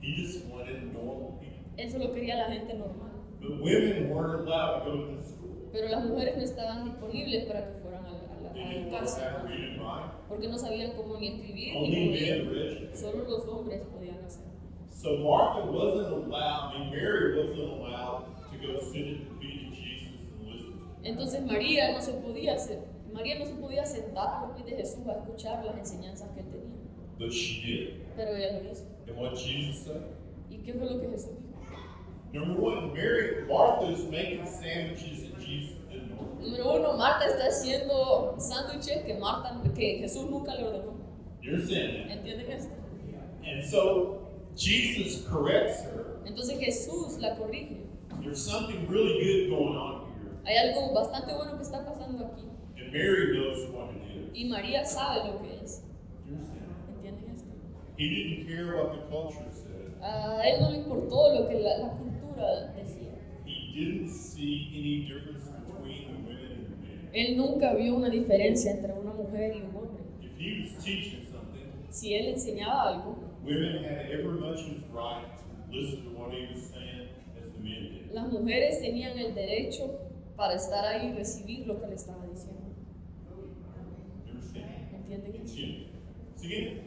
[SPEAKER 1] He just wanted normal people.
[SPEAKER 2] Él solo quería a la gente normal.
[SPEAKER 1] But women weren't allowed to go to the school.
[SPEAKER 2] Pero las mujeres no estaban disponibles para que fueran a, la- a
[SPEAKER 1] They
[SPEAKER 2] la- a
[SPEAKER 1] didn't know how to
[SPEAKER 2] educarse.
[SPEAKER 1] read and write.
[SPEAKER 2] Porque no sabían cómo ni escribir
[SPEAKER 1] Only
[SPEAKER 2] ni
[SPEAKER 1] men
[SPEAKER 2] leer.
[SPEAKER 1] were educated.
[SPEAKER 2] Solo los hombres podían hacerlo.
[SPEAKER 1] So Martha wasn't allowed, I mean, Mary wasn't allowed to go sit at the feet of Jesus and listen to him.
[SPEAKER 2] Entonces María no se podía hacer. María no se podía sentar a los pies de Jesús a escuchar las enseñanzas que él tenía.
[SPEAKER 1] But she did.
[SPEAKER 2] Pero ella lo hizo.
[SPEAKER 1] And what Jesus said?
[SPEAKER 2] ¿Y qué fue lo que Jesús dijo?
[SPEAKER 1] Number one, Mary, Martha's making sandwiches that Jesus didn't order.
[SPEAKER 2] Número uno, Marta está haciendo sándwiches que, Marta, que Jesús nunca le ordenó.
[SPEAKER 1] You're saying that.
[SPEAKER 2] ¿Entienden esto?
[SPEAKER 1] And so Jesus corrects her.
[SPEAKER 2] Entonces Jesús la corrige.
[SPEAKER 1] There's something really good going on
[SPEAKER 2] Hay algo bastante bueno que está pasando aquí.
[SPEAKER 1] here, and Mary knows what it is.
[SPEAKER 2] Y María sabe lo que es.
[SPEAKER 1] You understand?
[SPEAKER 2] ¿Entienden esto?
[SPEAKER 1] He didn't care what the culture said.
[SPEAKER 2] A él no le importó lo que la, la cultura decía.
[SPEAKER 1] He didn't see any difference between the women and the men.
[SPEAKER 2] Él nunca vio una diferencia entre una mujer y un hombre.
[SPEAKER 1] If he was teaching something,
[SPEAKER 2] Si él enseñaba algo,
[SPEAKER 1] women had every much as right to listen to what he was saying as the men did.
[SPEAKER 2] las mujeres tenían el derecho para estar ahí y recibir lo que le estaba diciendo.
[SPEAKER 1] You understand?
[SPEAKER 2] ¿Entienden
[SPEAKER 1] It's
[SPEAKER 2] esto?
[SPEAKER 1] you. It's again.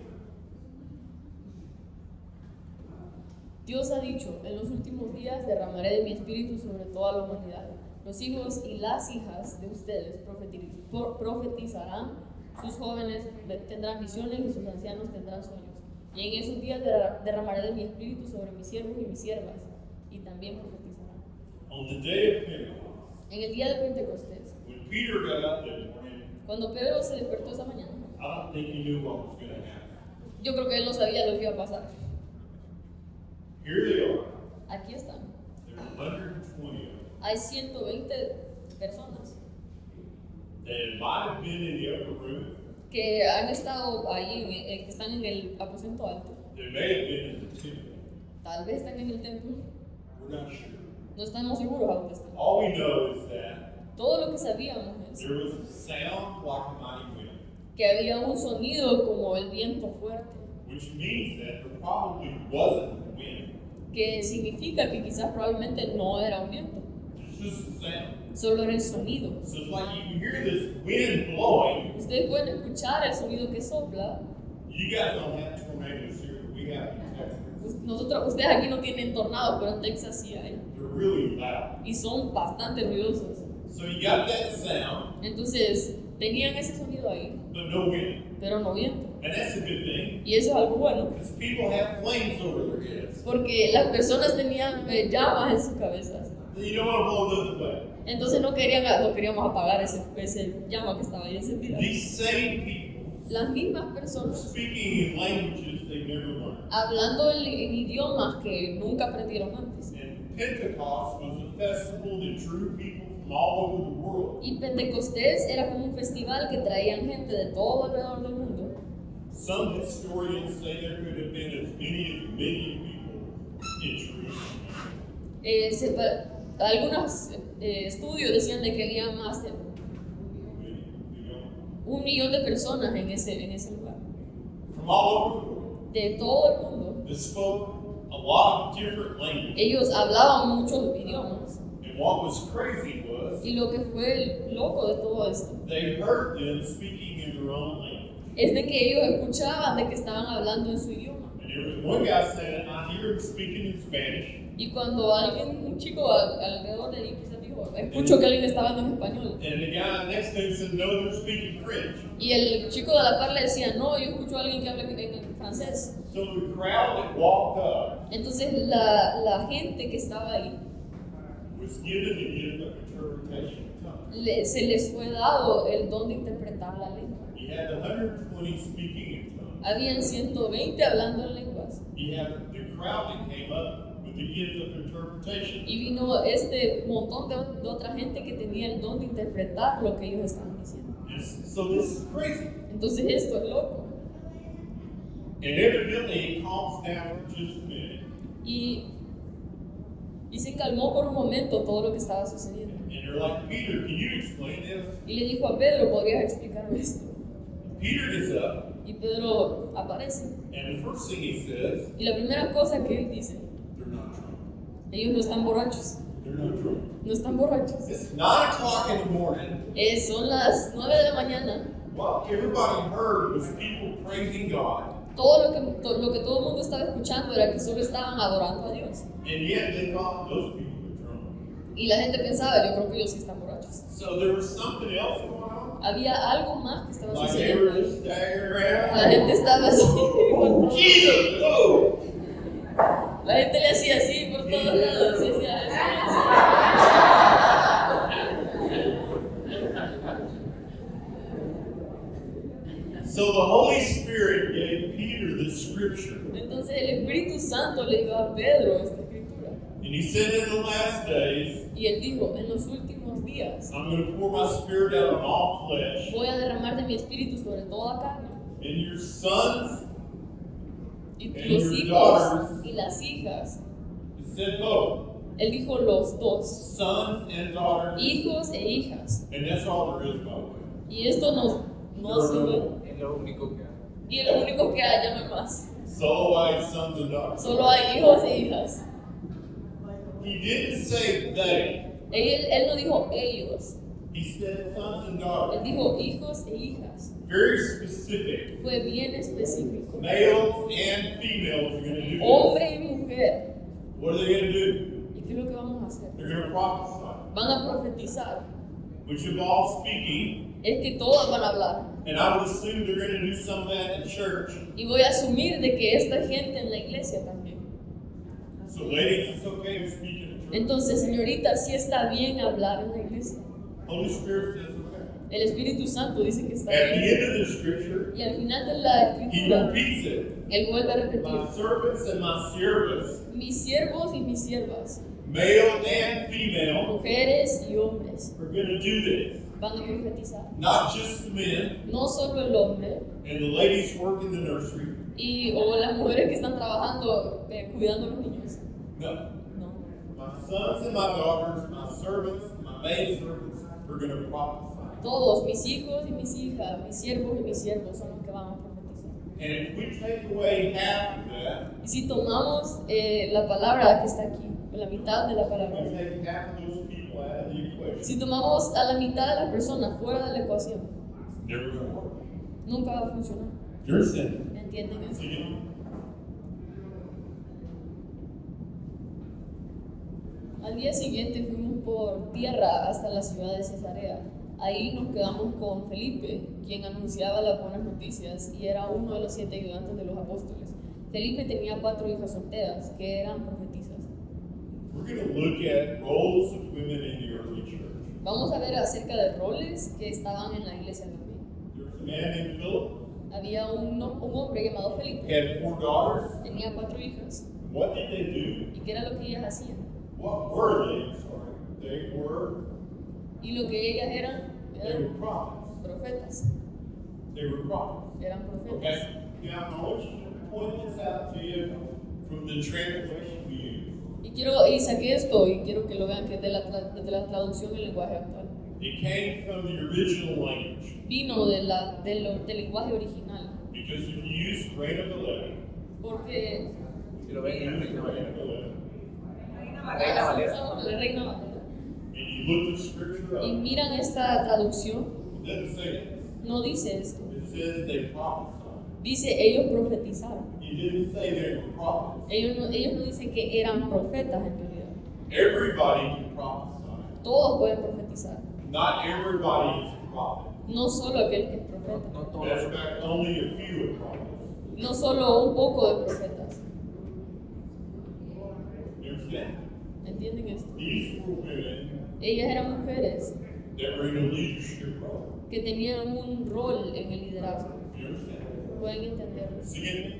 [SPEAKER 2] Dios ha dicho, en los últimos días derramaré de mi espíritu sobre toda la humanidad. Los hijos y las hijas de ustedes profetiz- pro- profetizarán, sus jóvenes ve- tendrán visiones y sus ancianos tendrán sueños. Y en esos días derra- derramaré de mi espíritu sobre mis siervos y mis siervas, y también profetizarán.
[SPEAKER 1] On the day of Pentecost,
[SPEAKER 2] En el día de Pentecostés,
[SPEAKER 1] when Peter got up that morning,
[SPEAKER 2] cuando Pedro se despertó esa mañana,
[SPEAKER 1] I don't think he knew what was going to happen.
[SPEAKER 2] yo creo que él no sabía lo que iba a pasar.
[SPEAKER 1] Here they are.
[SPEAKER 2] Aquí están.
[SPEAKER 1] There are 120 of them.
[SPEAKER 2] Hay 120 personas
[SPEAKER 1] They might have been in the upper room.
[SPEAKER 2] que han estado ahí, en- eh, que están en el aposento alto.
[SPEAKER 1] They may have been in the temple.
[SPEAKER 2] Tal vez están en el templo.
[SPEAKER 1] We're not sure.
[SPEAKER 2] No estamos seguros a dónde están.
[SPEAKER 1] All we know is that
[SPEAKER 2] Todo lo que sabíamos es
[SPEAKER 1] there was a sound like a mighty wind,
[SPEAKER 2] que había un sonido como el viento fuerte,
[SPEAKER 1] which means that there probably wasn't a wind.
[SPEAKER 2] que significa que quizás probablemente no era un viento,
[SPEAKER 1] There's just a sound.
[SPEAKER 2] solo era el sonido.
[SPEAKER 1] So it's like you can hear this wind blowing.
[SPEAKER 2] Ustedes pueden escuchar el sonido que sopla.
[SPEAKER 1] You guys don't have tornadoes here, but we have in Texas.
[SPEAKER 2] Us- Nosotros, ustedes aquí no tienen tornado, pero en Texas sí hay.
[SPEAKER 1] They're really loud.
[SPEAKER 2] Y son bastante ruidosos.
[SPEAKER 1] So you got that sound,
[SPEAKER 2] Entonces, tenían ese sonido ahí,
[SPEAKER 1] but no wind.
[SPEAKER 2] pero no viento.
[SPEAKER 1] And that's a good thing,
[SPEAKER 2] Y eso es algo bueno,
[SPEAKER 1] because people have flames over their heads.
[SPEAKER 2] porque las personas tenían eh, llamas en sus cabezas.
[SPEAKER 1] You don't want to blow those away.
[SPEAKER 2] Entonces no, querían, no queríamos apagar ese, ese llama que estaba ahí encendida.
[SPEAKER 1] These same people
[SPEAKER 2] Las mismas
[SPEAKER 1] are
[SPEAKER 2] personas
[SPEAKER 1] speaking in languages they never learned.
[SPEAKER 2] hablando en, en idiomas que nunca aprendieron antes.
[SPEAKER 1] And Pentecost was a festival that drew people from all over the world.
[SPEAKER 2] Y Pentecostés era como un festival que traían gente de todo alrededor del mundo.
[SPEAKER 1] Some historians say there could have been as many as a million people in Jerusalem.
[SPEAKER 2] Eh, se pa- algunos eh, estudios decían de que había más de un millón de personas en ese, en ese lugar,
[SPEAKER 1] From all over the world
[SPEAKER 2] de todo el mundo.
[SPEAKER 1] that spoke a lot of different languages.
[SPEAKER 2] Ellos hablaban muchos idiomas.
[SPEAKER 1] And what was crazy was
[SPEAKER 2] Y lo que fue loco de todo esto
[SPEAKER 1] they heard them speaking in their own language.
[SPEAKER 2] es de que ellos escuchaban de que estaban hablando en su idioma.
[SPEAKER 1] And there was one guy saying, I hear him speaking in Spanish.
[SPEAKER 2] Y cuando alguien, un chico al- alrededor de mí quizás dijo, escucho que alguien está hablando en español.
[SPEAKER 1] And the guy next to him said, No, they're speaking French.
[SPEAKER 2] Y el chico de la par le decía, no, yo escucho a alguien que habla en en francés.
[SPEAKER 1] So the crowd that walked up
[SPEAKER 2] Entonces la, la gente que estaba ahí
[SPEAKER 1] was given the gift of interpretation of tongues.
[SPEAKER 2] le- se les fue dado el don de interpretar la lengua.
[SPEAKER 1] You had the 120 speaking in tongues.
[SPEAKER 2] Habían 120 hablando en lenguas.
[SPEAKER 1] You had the crowd that came up with the gift of interpretation.
[SPEAKER 2] Y vino este montón de, de otra gente que tenía el don de interpretar lo que ellos estaban diciendo.
[SPEAKER 1] And so this is crazy.
[SPEAKER 2] Entonces esto es loco.
[SPEAKER 1] And evidently it calms down for just a minute.
[SPEAKER 2] Y, y se calmó por un momento todo lo que estaba sucediendo.
[SPEAKER 1] And they're like, Peter, can you explain this?
[SPEAKER 2] Y le dijo a Pedro, ¿podrías explicarme esto?
[SPEAKER 1] Peter gets up,
[SPEAKER 2] Y Pedro aparece.
[SPEAKER 1] and the first thing he says,
[SPEAKER 2] Y la primera cosa que él dice,
[SPEAKER 1] They're not drunk.
[SPEAKER 2] ellos no están borrachos,
[SPEAKER 1] They're not drunk.
[SPEAKER 2] no están borrachos.
[SPEAKER 1] It's 9 o'clock in the morning.
[SPEAKER 2] Eh, son las 9 de la mañana.
[SPEAKER 1] What everybody heard was people praising God,
[SPEAKER 2] Todo lo que, to- lo que todo el mundo estaba escuchando era que solo estaban adorando a Dios.
[SPEAKER 1] and yet they thought those people were drunk.
[SPEAKER 2] Y la gente pensaba, yo creo que ellos sí están borrachos.
[SPEAKER 1] So there was something else going on.
[SPEAKER 2] Había algo más que estaba
[SPEAKER 1] Like they were
[SPEAKER 2] sucediendo.
[SPEAKER 1] just staring around.
[SPEAKER 2] La gente estaba así. por-
[SPEAKER 1] Jesus, oh!
[SPEAKER 2] La gente le hacía así por todos lados. y hacía así, así.
[SPEAKER 1] So the Holy Spirit gave Peter this scripture
[SPEAKER 2] Entonces el Espíritu Santo le dio a Pedro esta escritura.
[SPEAKER 1] And he said in the last days,
[SPEAKER 2] Y él dijo, en los últimos días
[SPEAKER 1] I'm going to pour my spirit out on all flesh,
[SPEAKER 2] voy a derramar de mi espíritu sobre toda carne.
[SPEAKER 1] and your sons,
[SPEAKER 2] Y
[SPEAKER 1] And
[SPEAKER 2] los
[SPEAKER 1] your
[SPEAKER 2] hijos
[SPEAKER 1] daughters.
[SPEAKER 2] y las hijas.
[SPEAKER 1] it said both,
[SPEAKER 2] Él dijo los dos,
[SPEAKER 1] sons and daughters.
[SPEAKER 2] hijos e hijas.
[SPEAKER 1] And that's all there is, by the way.
[SPEAKER 2] Y esto nos, no sirve.
[SPEAKER 3] Es lo único que hay.
[SPEAKER 2] Y lo único que hay, ya no hay más.
[SPEAKER 1] So I sons and daughters.
[SPEAKER 2] Solo hay hijos e hijas.
[SPEAKER 1] He didn't say they.
[SPEAKER 2] Él, él no dijo ellos,
[SPEAKER 1] He said sons and
[SPEAKER 2] él
[SPEAKER 1] daughters.
[SPEAKER 2] dijo hijos e hijas.
[SPEAKER 1] Very specific.
[SPEAKER 2] Fue bien específico.
[SPEAKER 1] Males and females are going to do this.
[SPEAKER 2] Hombre y mujer.
[SPEAKER 1] What are they going to do?
[SPEAKER 2] ¿Y qué es lo que vamos a hacer?
[SPEAKER 1] They're going to prophesy,
[SPEAKER 2] Van a profetizar.
[SPEAKER 1] which involves speaking.
[SPEAKER 2] Es que todos van a hablar.
[SPEAKER 1] And I would assume they're going to do some of that in church.
[SPEAKER 2] Y voy a asumir de que esta gente en la iglesia también.
[SPEAKER 1] So, ladies, it's okay to speak in the church.
[SPEAKER 2] Entonces, señorita, sí está bien hablar en la iglesia.
[SPEAKER 1] Holy Spirit says okay.
[SPEAKER 2] El Espíritu Santo dice que está
[SPEAKER 1] At the
[SPEAKER 2] bien.
[SPEAKER 1] end of the scripture,
[SPEAKER 2] Y al final de la
[SPEAKER 1] he
[SPEAKER 2] escritura,
[SPEAKER 1] repeats it.
[SPEAKER 2] él vuelve a
[SPEAKER 1] My
[SPEAKER 2] repetir,
[SPEAKER 1] servants and my servants,
[SPEAKER 2] mis siervos y mis siervas,
[SPEAKER 1] male and female,
[SPEAKER 2] mujeres y hombres,
[SPEAKER 1] are going to do this.
[SPEAKER 2] van a profetizar.
[SPEAKER 1] Not just the men
[SPEAKER 2] No solo el hombre,
[SPEAKER 1] and the ladies work in the nursery.
[SPEAKER 2] y, o las mujeres que están trabajando eh, cuidando a los niños.
[SPEAKER 1] No.
[SPEAKER 2] No.
[SPEAKER 1] My sons and my daughters, my servants, my maidservants, are going to prophesy.
[SPEAKER 2] Todos, mis hijos y mis hijas, mis siervos y mis siervos son los que van a profetizar.
[SPEAKER 1] And if we take away half of that,
[SPEAKER 2] Y si tomamos eh, la palabra que está aquí, la mitad de la
[SPEAKER 1] we
[SPEAKER 2] palabra,
[SPEAKER 1] take half of those people out of the equation.
[SPEAKER 2] si tomamos a la mitad de las personas fuera de la ecuación,
[SPEAKER 1] Never going to work.
[SPEAKER 2] nunca va a funcionar.
[SPEAKER 1] You're sinning.
[SPEAKER 2] ¿Entienden eso? Al día siguiente fuimos por tierra hasta la ciudad de Cesarea. Ahí nos quedamos con Felipe, quien anunciaba las buenas noticias y era uno de los siete ayudantes de los apóstoles. Felipe tenía cuatro hijas solteras que eran profetizas.
[SPEAKER 1] We're going to look at roles of women in the early church.
[SPEAKER 2] Vamos a ver acerca de roles que estaban en la iglesia también.
[SPEAKER 1] There's a man named Philip,
[SPEAKER 2] Había un, hom- un hombre llamado Felipe,
[SPEAKER 1] had four daughters.
[SPEAKER 2] tenía cuatro hijas.
[SPEAKER 1] What did they do?
[SPEAKER 2] ¿Y qué era lo que ellas hacían?
[SPEAKER 1] What were they? I'm sorry. They were,
[SPEAKER 2] Y lo que ellas eran,
[SPEAKER 1] they were
[SPEAKER 2] eran
[SPEAKER 1] prophets.
[SPEAKER 2] profetas.
[SPEAKER 1] They were prophets.
[SPEAKER 2] Eran profetas.
[SPEAKER 1] Okay, now I want you to point this out to you from the translation we use.
[SPEAKER 2] Y quiero, y saqué esto y quiero que lo vean que es de la, tra- de la traducción del lenguaje actual.
[SPEAKER 1] It came from the original language,
[SPEAKER 2] Vino de la, de lo- del lenguaje original.
[SPEAKER 1] because if you use grain of a letter,
[SPEAKER 2] Porque
[SPEAKER 3] Si lo ven en el
[SPEAKER 1] use
[SPEAKER 3] Reino
[SPEAKER 1] grain
[SPEAKER 3] Valera.
[SPEAKER 1] of a letter,
[SPEAKER 3] Reina Valera.
[SPEAKER 2] Estamos en Ah, la Reina Valera.
[SPEAKER 1] and you look the scripture up,
[SPEAKER 2] Y
[SPEAKER 1] it
[SPEAKER 2] miran esta traducción,
[SPEAKER 1] doesn't say that.
[SPEAKER 2] no dice esto.
[SPEAKER 1] It says they prophesied.
[SPEAKER 2] Dice ellos profetizaron.
[SPEAKER 1] It didn't say they were prophets.
[SPEAKER 2] Ellos no, ellos no dicen que eran profetas en realidad.
[SPEAKER 1] Everybody can prophesy.
[SPEAKER 2] Todos pueden profetizar.
[SPEAKER 1] Not everybody is a prophet.
[SPEAKER 2] No solo aquel que es
[SPEAKER 3] No,
[SPEAKER 2] profeta.
[SPEAKER 3] no todos.
[SPEAKER 1] Matter of fact, only a few are prophets.
[SPEAKER 2] No solo un poco de profetas.
[SPEAKER 1] You understand?
[SPEAKER 2] ¿Entienden esto?
[SPEAKER 1] These were women
[SPEAKER 2] Ellas eran mujeres
[SPEAKER 1] that were in a leadership role.
[SPEAKER 2] que tenían un rol en el liderazgo.
[SPEAKER 1] You understand?
[SPEAKER 2] Pueden entenderlo.
[SPEAKER 1] Sing it.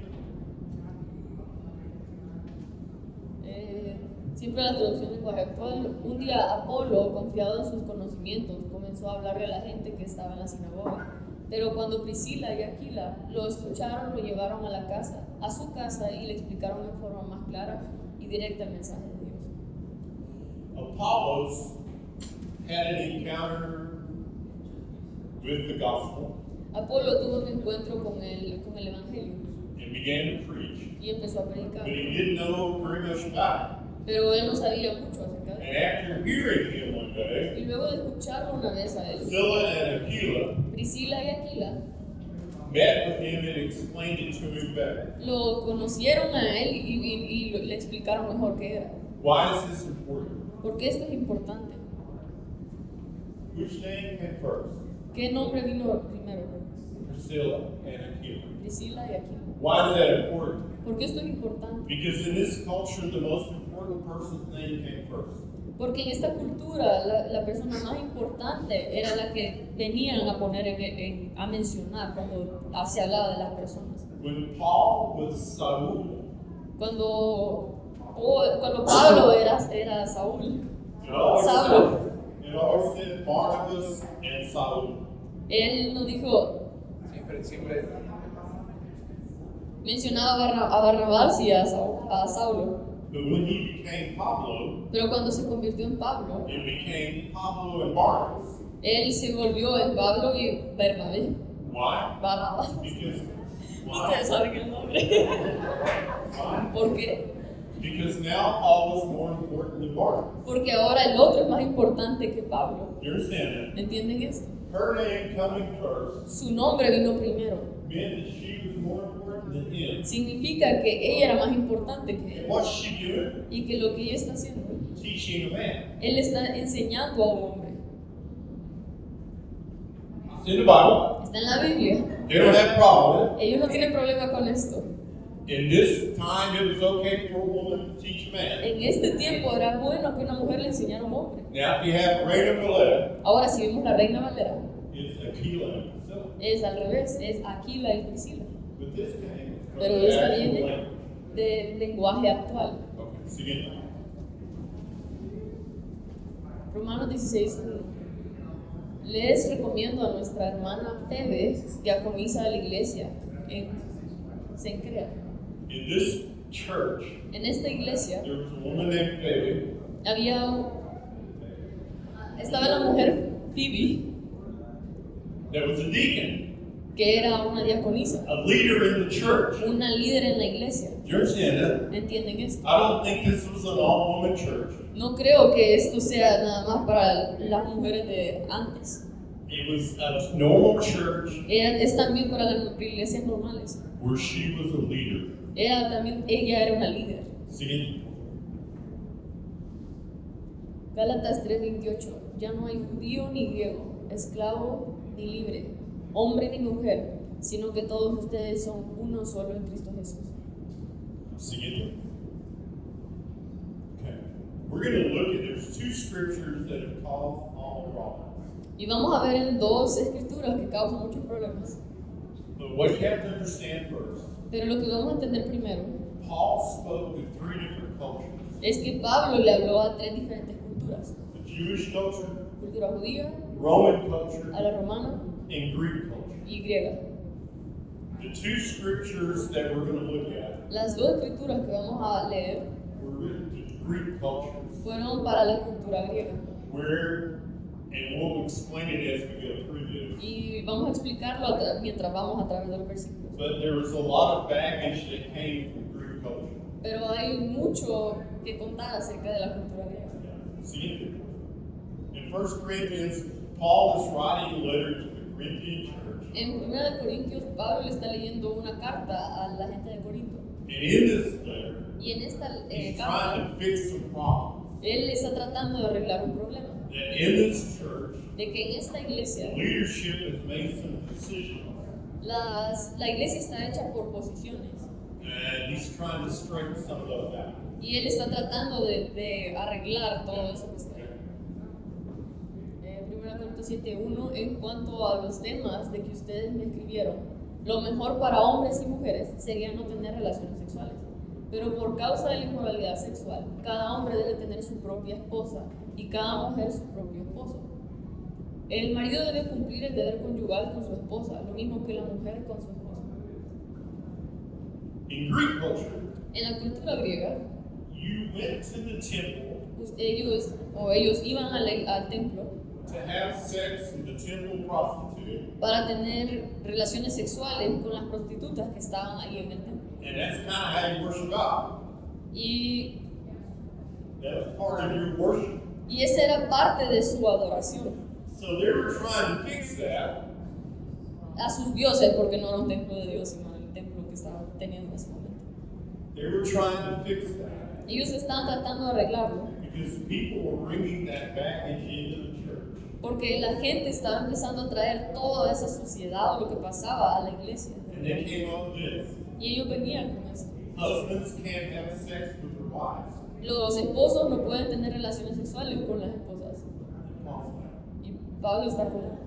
[SPEAKER 2] Eh, siempre la traducción lenguaje actual. Un día Apolo, confiado en sus conocimientos, comenzó a hablarle a la gente que estaba en la sinagoga. Pero cuando Priscila y Aquila lo escucharon, lo llevaron a la casa, a su casa y le explicaron en forma más clara y directa el mensaje de Dios.
[SPEAKER 1] Apollos had an encounter with the gospel
[SPEAKER 2] Apolo tuvo un encuentro con el, con el Evangelio
[SPEAKER 1] and began to preach,
[SPEAKER 2] y empezó a predicar,
[SPEAKER 1] but he didn't know very much about
[SPEAKER 2] pero él no sabía mucho acerca
[SPEAKER 1] it.
[SPEAKER 2] de
[SPEAKER 1] And after hearing him one day,
[SPEAKER 2] él. Y luego de escucharlo una vez a él,
[SPEAKER 1] Priscilla and Aquila
[SPEAKER 2] Priscila y Aquila
[SPEAKER 1] met with him and explained it to him better.
[SPEAKER 2] lo conocieron a él y, y- y lo- le explicaron mejor qué era.
[SPEAKER 1] Why is this important?
[SPEAKER 2] Porque esto es importante.
[SPEAKER 1] Which name came first?
[SPEAKER 2] ¿Qué nombre vino primero?
[SPEAKER 1] Priscilla and Aquila.
[SPEAKER 2] Priscila y Aquila.
[SPEAKER 1] Why is that important?
[SPEAKER 2] Porque esto es importante.
[SPEAKER 1] Because in this culture, the most important person's name came first.
[SPEAKER 2] Porque en esta cultura la, la persona más importante era la que venían a poner en, en- a mencionar cuando se hablaba de las personas.
[SPEAKER 1] When Paul was Saul,
[SPEAKER 2] Cuando, oh, cuando Pablo era, era Saúl,
[SPEAKER 1] It always
[SPEAKER 2] Saul.
[SPEAKER 1] said, it always said Barnabas and Saul.
[SPEAKER 2] él nos dijo,
[SPEAKER 3] Siempre, siempre.
[SPEAKER 2] mencionaba a, Barra- a Barrabás y a, Sau- a Saulo.
[SPEAKER 1] But when he became Pablo,
[SPEAKER 2] Pero cuando se convirtió en Pablo,
[SPEAKER 1] it became Pablo and Barnabas.
[SPEAKER 2] él se volvió en Pablo y Bernabé,
[SPEAKER 1] Why?
[SPEAKER 2] Barrabás.
[SPEAKER 1] Because why?
[SPEAKER 2] Ustedes saben el nombre.
[SPEAKER 1] Why?
[SPEAKER 2] ¿Por qué?
[SPEAKER 1] Because now Paul is more important than Barnabas.
[SPEAKER 2] Porque ahora el otro es más importante que Pablo.
[SPEAKER 1] You understand
[SPEAKER 2] ¿Entienden esto?
[SPEAKER 1] that? Her name coming first
[SPEAKER 2] Su nombre vino primero.
[SPEAKER 1] meant that she was more important than him.
[SPEAKER 2] Significa que ella era más importante que
[SPEAKER 1] And
[SPEAKER 2] él.
[SPEAKER 1] what's she doing?
[SPEAKER 2] Y que lo que ella está haciendo
[SPEAKER 1] Teaching a man.
[SPEAKER 2] Él está enseñando a un hombre.
[SPEAKER 1] It's in the Bible.
[SPEAKER 2] Está en la Biblia.
[SPEAKER 1] They don't have a problem with it.
[SPEAKER 2] Ellos no tienen problema con esto.
[SPEAKER 1] In this time, it was okay for a woman to teach a man.
[SPEAKER 2] En este tiempo era bueno que una mujer le enseñara a un hombre.
[SPEAKER 1] Now, if you have Reina Valera,
[SPEAKER 2] Ahora, si vemos la reina Valera,
[SPEAKER 1] it's Aquila. So,
[SPEAKER 2] es al revés, es Aquila y Priscila,
[SPEAKER 1] but this came from
[SPEAKER 2] Pero
[SPEAKER 1] the
[SPEAKER 2] esta
[SPEAKER 1] actual
[SPEAKER 2] viene-
[SPEAKER 1] language.
[SPEAKER 2] del lenguaje actual.
[SPEAKER 1] Okay, so again,
[SPEAKER 2] Romanos 16. Les recomiendo a nuestra hermana Febe, diaconisa de la iglesia, en Sencrea.
[SPEAKER 1] in this church,
[SPEAKER 2] En esta iglesia
[SPEAKER 1] there was a woman named Phoebe.
[SPEAKER 2] había. Estaba la mujer Phoebe,
[SPEAKER 1] that was a deacon,
[SPEAKER 2] que era una diaconisa.
[SPEAKER 1] a leader in the church.
[SPEAKER 2] una líder en la iglesia.
[SPEAKER 1] You understand that?
[SPEAKER 2] ¿Entienden esto?
[SPEAKER 1] I don't think this was an all woman church.
[SPEAKER 2] No creo que esto sea nada más para las mujeres de antes.
[SPEAKER 1] It was a normal church
[SPEAKER 2] Era- es también para las iglesias normales.
[SPEAKER 1] where she was a leader.
[SPEAKER 2] Era también, ella era una líder.
[SPEAKER 1] So again,
[SPEAKER 2] Gálatas 3:28. Ya no hay judío ni griego, esclavo ni libre, hombre ni mujer, sino que todos ustedes son uno solo en Cristo Jesús.
[SPEAKER 1] Sing it. Okay. We're going to look at there's two scriptures that have caused all problems.
[SPEAKER 2] Y vamos a ver en dos escrituras que causan muchos problemas.
[SPEAKER 1] But what you have to understand first,
[SPEAKER 2] Pero lo que vamos a entender primero
[SPEAKER 1] Paul spoke to three different cultures:
[SPEAKER 2] es que Pablo le habló a tres diferentes culturas.
[SPEAKER 1] the Jewish culture,
[SPEAKER 2] cultura judía,
[SPEAKER 1] Roman culture,
[SPEAKER 2] a la romana
[SPEAKER 1] and Greek culture.
[SPEAKER 2] y griega.
[SPEAKER 1] The two scriptures that we're going to look at
[SPEAKER 2] Las dos escrituras que vamos a leer
[SPEAKER 1] were written to the Greek cultures,
[SPEAKER 2] fueron para la cultura griega.
[SPEAKER 1] where, and we'll explain it as we go through this.
[SPEAKER 2] Y vamos a explicarlo a tra- mientras vamos a través de los versículos.
[SPEAKER 1] But there was a lot of baggage that came from Greek culture.
[SPEAKER 2] Pero hay mucho que contar acerca de la cultura griega.
[SPEAKER 1] See, in 1 Corinthians, Paul is writing a letter to the Corinthian church.
[SPEAKER 2] En 1 de Corintios, Pablo le está leyendo una carta a la gente de Corinto.
[SPEAKER 1] And in this letter,
[SPEAKER 2] Y en esta eh,
[SPEAKER 1] he's
[SPEAKER 2] carta,
[SPEAKER 1] trying to fix some problems.
[SPEAKER 2] él está tratando de arreglar un problema.
[SPEAKER 1] That in this church,
[SPEAKER 2] De que en esta iglesia,
[SPEAKER 1] leadership has made some decisions.
[SPEAKER 2] las, la iglesia está hecha por posiciones.
[SPEAKER 1] And he's trying to straighten some of those out.
[SPEAKER 2] Y él está tratando de, de arreglar todo eso que está ahí. Eh, Primera Corintios 7.1 en cuanto a los temas de que ustedes me escribieron, lo mejor para hombres y mujeres sería no tener relaciones sexuales. Pero por causa de la inmoralidad sexual, cada hombre debe tener su propia esposa y cada mujer su propio esposo. El marido debe cumplir el deber conyugal con su esposa, lo mismo que la mujer con su esposo.
[SPEAKER 1] In Greek culture,
[SPEAKER 2] En la cultura griega,
[SPEAKER 1] you went to the temple
[SPEAKER 2] us- ellos, o ellos iban a la- al templo
[SPEAKER 1] to have sex with the temple prostitute,
[SPEAKER 2] para tener relaciones sexuales con las prostitutas que estaban ahí en el templo.
[SPEAKER 1] and that's kind of how you worship God.
[SPEAKER 2] Y,
[SPEAKER 1] That was part of your worship.
[SPEAKER 2] y esa era parte de su adoración
[SPEAKER 1] So they were trying to fix that.
[SPEAKER 2] a sus dioses, porque no era un templo de Dios, sino el templo que estaban teniendo en ese momento.
[SPEAKER 1] They were trying to fix that
[SPEAKER 2] Ellos estaban tratando de arreglarlo,
[SPEAKER 1] because people were bringing that baggage into the church.
[SPEAKER 2] porque la gente estaba empezando a traer toda esa suciedad o lo que pasaba a la iglesia.
[SPEAKER 1] And they came up with this
[SPEAKER 2] Y ellos venían con esto.
[SPEAKER 1] husbands can't have sex with their wives.
[SPEAKER 2] Los esposos no pueden tener relaciones sexuales con las esposas.
[SPEAKER 1] And Paul's like,
[SPEAKER 2] Y Pablo está como,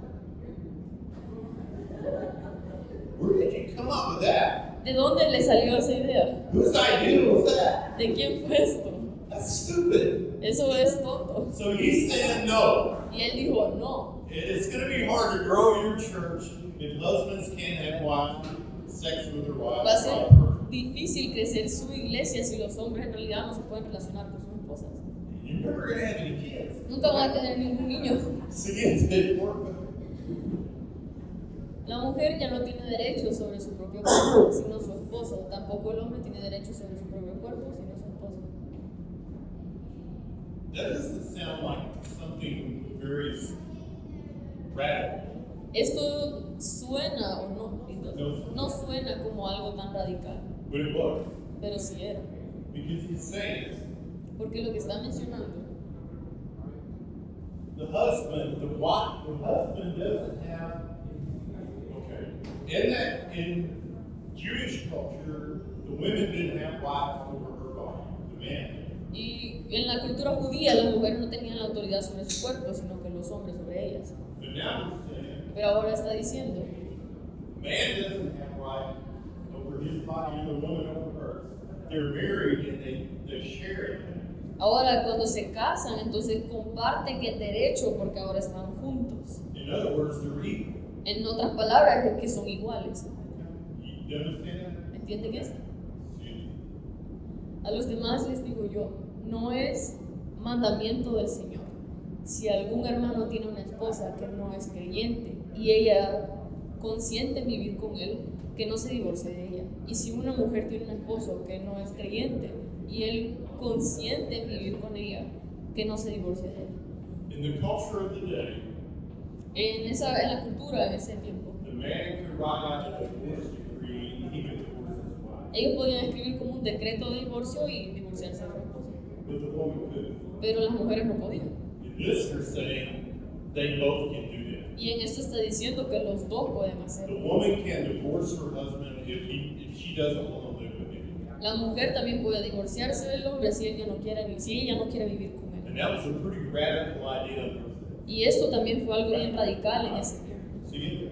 [SPEAKER 1] Where did you come up with that?
[SPEAKER 2] ¿De dónde le salió esa idea?
[SPEAKER 4] Whose idea was that?
[SPEAKER 2] ¿De quién fue esto?
[SPEAKER 4] That's stupid.
[SPEAKER 2] Eso es tonto.
[SPEAKER 4] So he's saying no.
[SPEAKER 2] Y él dijo, no.
[SPEAKER 4] It- It's going to be
[SPEAKER 1] hard to grow your church if husbands can't have wives, sex with their wives.
[SPEAKER 2] Va a ser
[SPEAKER 1] proper.
[SPEAKER 2] difícil crecer su iglesia si los hombres en realidad no se pueden relacionar con sus esposas.
[SPEAKER 1] You're never gonna have any kids.
[SPEAKER 2] Nunca van a tener ningún niño.
[SPEAKER 1] See, it's been work.
[SPEAKER 2] La mujer ya no tiene derechos sobre su propio cuerpo, sino su esposo. Tampoco el hombre tiene derechos sobre su propio cuerpo, sino su esposo.
[SPEAKER 1] That doesn't sound like something very radical.
[SPEAKER 2] Esto suena o no, entonces, no suena como algo tan radical,
[SPEAKER 1] But it was.
[SPEAKER 2] pero sí era.
[SPEAKER 1] Because he's saying
[SPEAKER 2] Porque lo que está mencionando,
[SPEAKER 1] the husband, the wife, the husband doesn't have. Okay. In that, in Jewish culture, the women didn't have wives over her body. The man. did.
[SPEAKER 2] y en la cultura judía las mujeres no tenían la autoridad sobre su cuerpo, sino que los hombres sobre ellas.
[SPEAKER 1] But now he's saying
[SPEAKER 2] Pero ahora está diciendo,
[SPEAKER 1] Man doesn't have right over his body and the woman over hers. They're married and they, they share it.
[SPEAKER 2] ahora cuando se casan, entonces comparten el derecho porque ahora están juntos.
[SPEAKER 1] In other words, they're equal.
[SPEAKER 2] En otras palabras, es que son iguales.
[SPEAKER 1] You you understand
[SPEAKER 2] ¿Me entienden esto?
[SPEAKER 1] that? See,
[SPEAKER 2] A los demás les digo yo, no es mandamiento del Señor. Si algún hermano tiene una esposa que no es creyente y ella consiente en vivir con él, que no se divorcie de ella. Y si una mujer tiene un esposo que no es creyente y él consiente en vivir con ella, que no se divorcie de él.
[SPEAKER 1] In the culture of the day,
[SPEAKER 2] En, esa, en la cultura de ese tiempo,
[SPEAKER 1] the man could write out a divorce decree and he could divorce his wife.
[SPEAKER 2] ellos podían escribir como un decreto de divorcio y divorciarse de su esposa,
[SPEAKER 1] But the woman couldn't.
[SPEAKER 2] pero las mujeres no podían.
[SPEAKER 1] In this, they're saying they both can do that.
[SPEAKER 2] Y en esto está diciendo que los dos pueden
[SPEAKER 1] The
[SPEAKER 2] hacerlo.
[SPEAKER 1] woman can divorce her husband if he if she doesn't want to live with him.
[SPEAKER 2] La mujer también puede divorciarse del hombre si ella no quiere, vi- si ella no quiere vivir con él.
[SPEAKER 1] And that was a pretty radical idea.
[SPEAKER 2] Y esto también fue algo bien radical en ese tiempo.
[SPEAKER 1] See,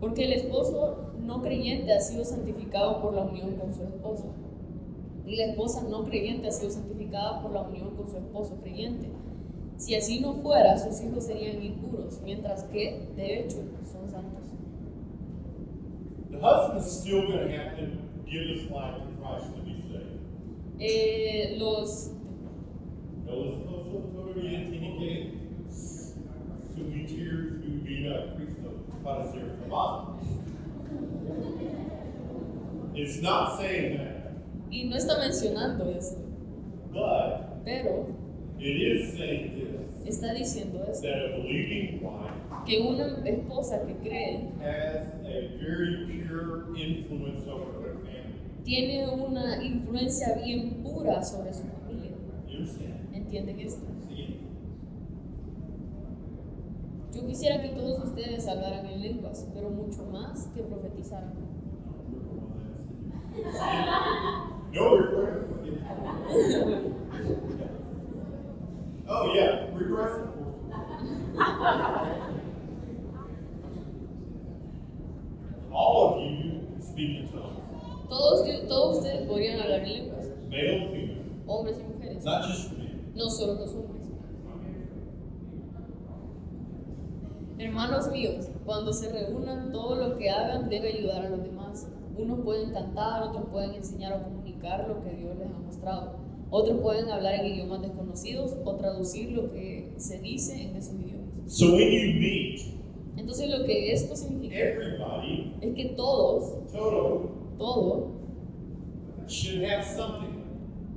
[SPEAKER 2] Porque el esposo no creyente ha sido santificado por la unión con su esposa. Y la esposa no creyente ha sido santificada por la unión con su esposo creyente. Si así no fuera, sus hijos serían impuros, mientras que, de hecho, son santos.
[SPEAKER 1] The husband's still going to have to give his life to Christ to be saved.
[SPEAKER 2] Eh, los
[SPEAKER 1] Elas não são propriamente ninguém submeter su vida a Cristo para ser salvados. It's not saying that,
[SPEAKER 2] y no está mencionando esto,
[SPEAKER 1] but
[SPEAKER 2] pero
[SPEAKER 1] it is saying
[SPEAKER 2] está diciendo
[SPEAKER 1] this
[SPEAKER 2] esto,
[SPEAKER 1] that a believing wife
[SPEAKER 2] que una esposa que cree
[SPEAKER 1] has a very pure influence over her family.
[SPEAKER 2] tiene una influencia bien pura sobre su familia.
[SPEAKER 1] You understand?
[SPEAKER 2] ¿Entienden esto?
[SPEAKER 1] See?
[SPEAKER 2] Yo quisiera que todos ustedes hablaran en lenguas, pero mucho más que profetizaran.
[SPEAKER 1] No, regret. Oh, yeah, regret. All of you speak in tongues,
[SPEAKER 2] Todos, todos ustedes podrían hablar en lenguas,
[SPEAKER 1] male, female,
[SPEAKER 2] hombres y mujeres,
[SPEAKER 1] not just men.
[SPEAKER 2] no solo los hombres. Hermanos míos, cuando se reúnan, todo lo que hagan debe ayudar a los demás. Unos pueden cantar, otros pueden enseñar o comunicar lo que Dios les ha mostrado. Otros pueden hablar en idiomas desconocidos o traducir lo que se dice en esos idiomas.
[SPEAKER 1] So when you meet,
[SPEAKER 2] Entonces lo que esto significa
[SPEAKER 1] everybody,
[SPEAKER 2] es que todos,
[SPEAKER 1] total,
[SPEAKER 2] todos,
[SPEAKER 1] should have something.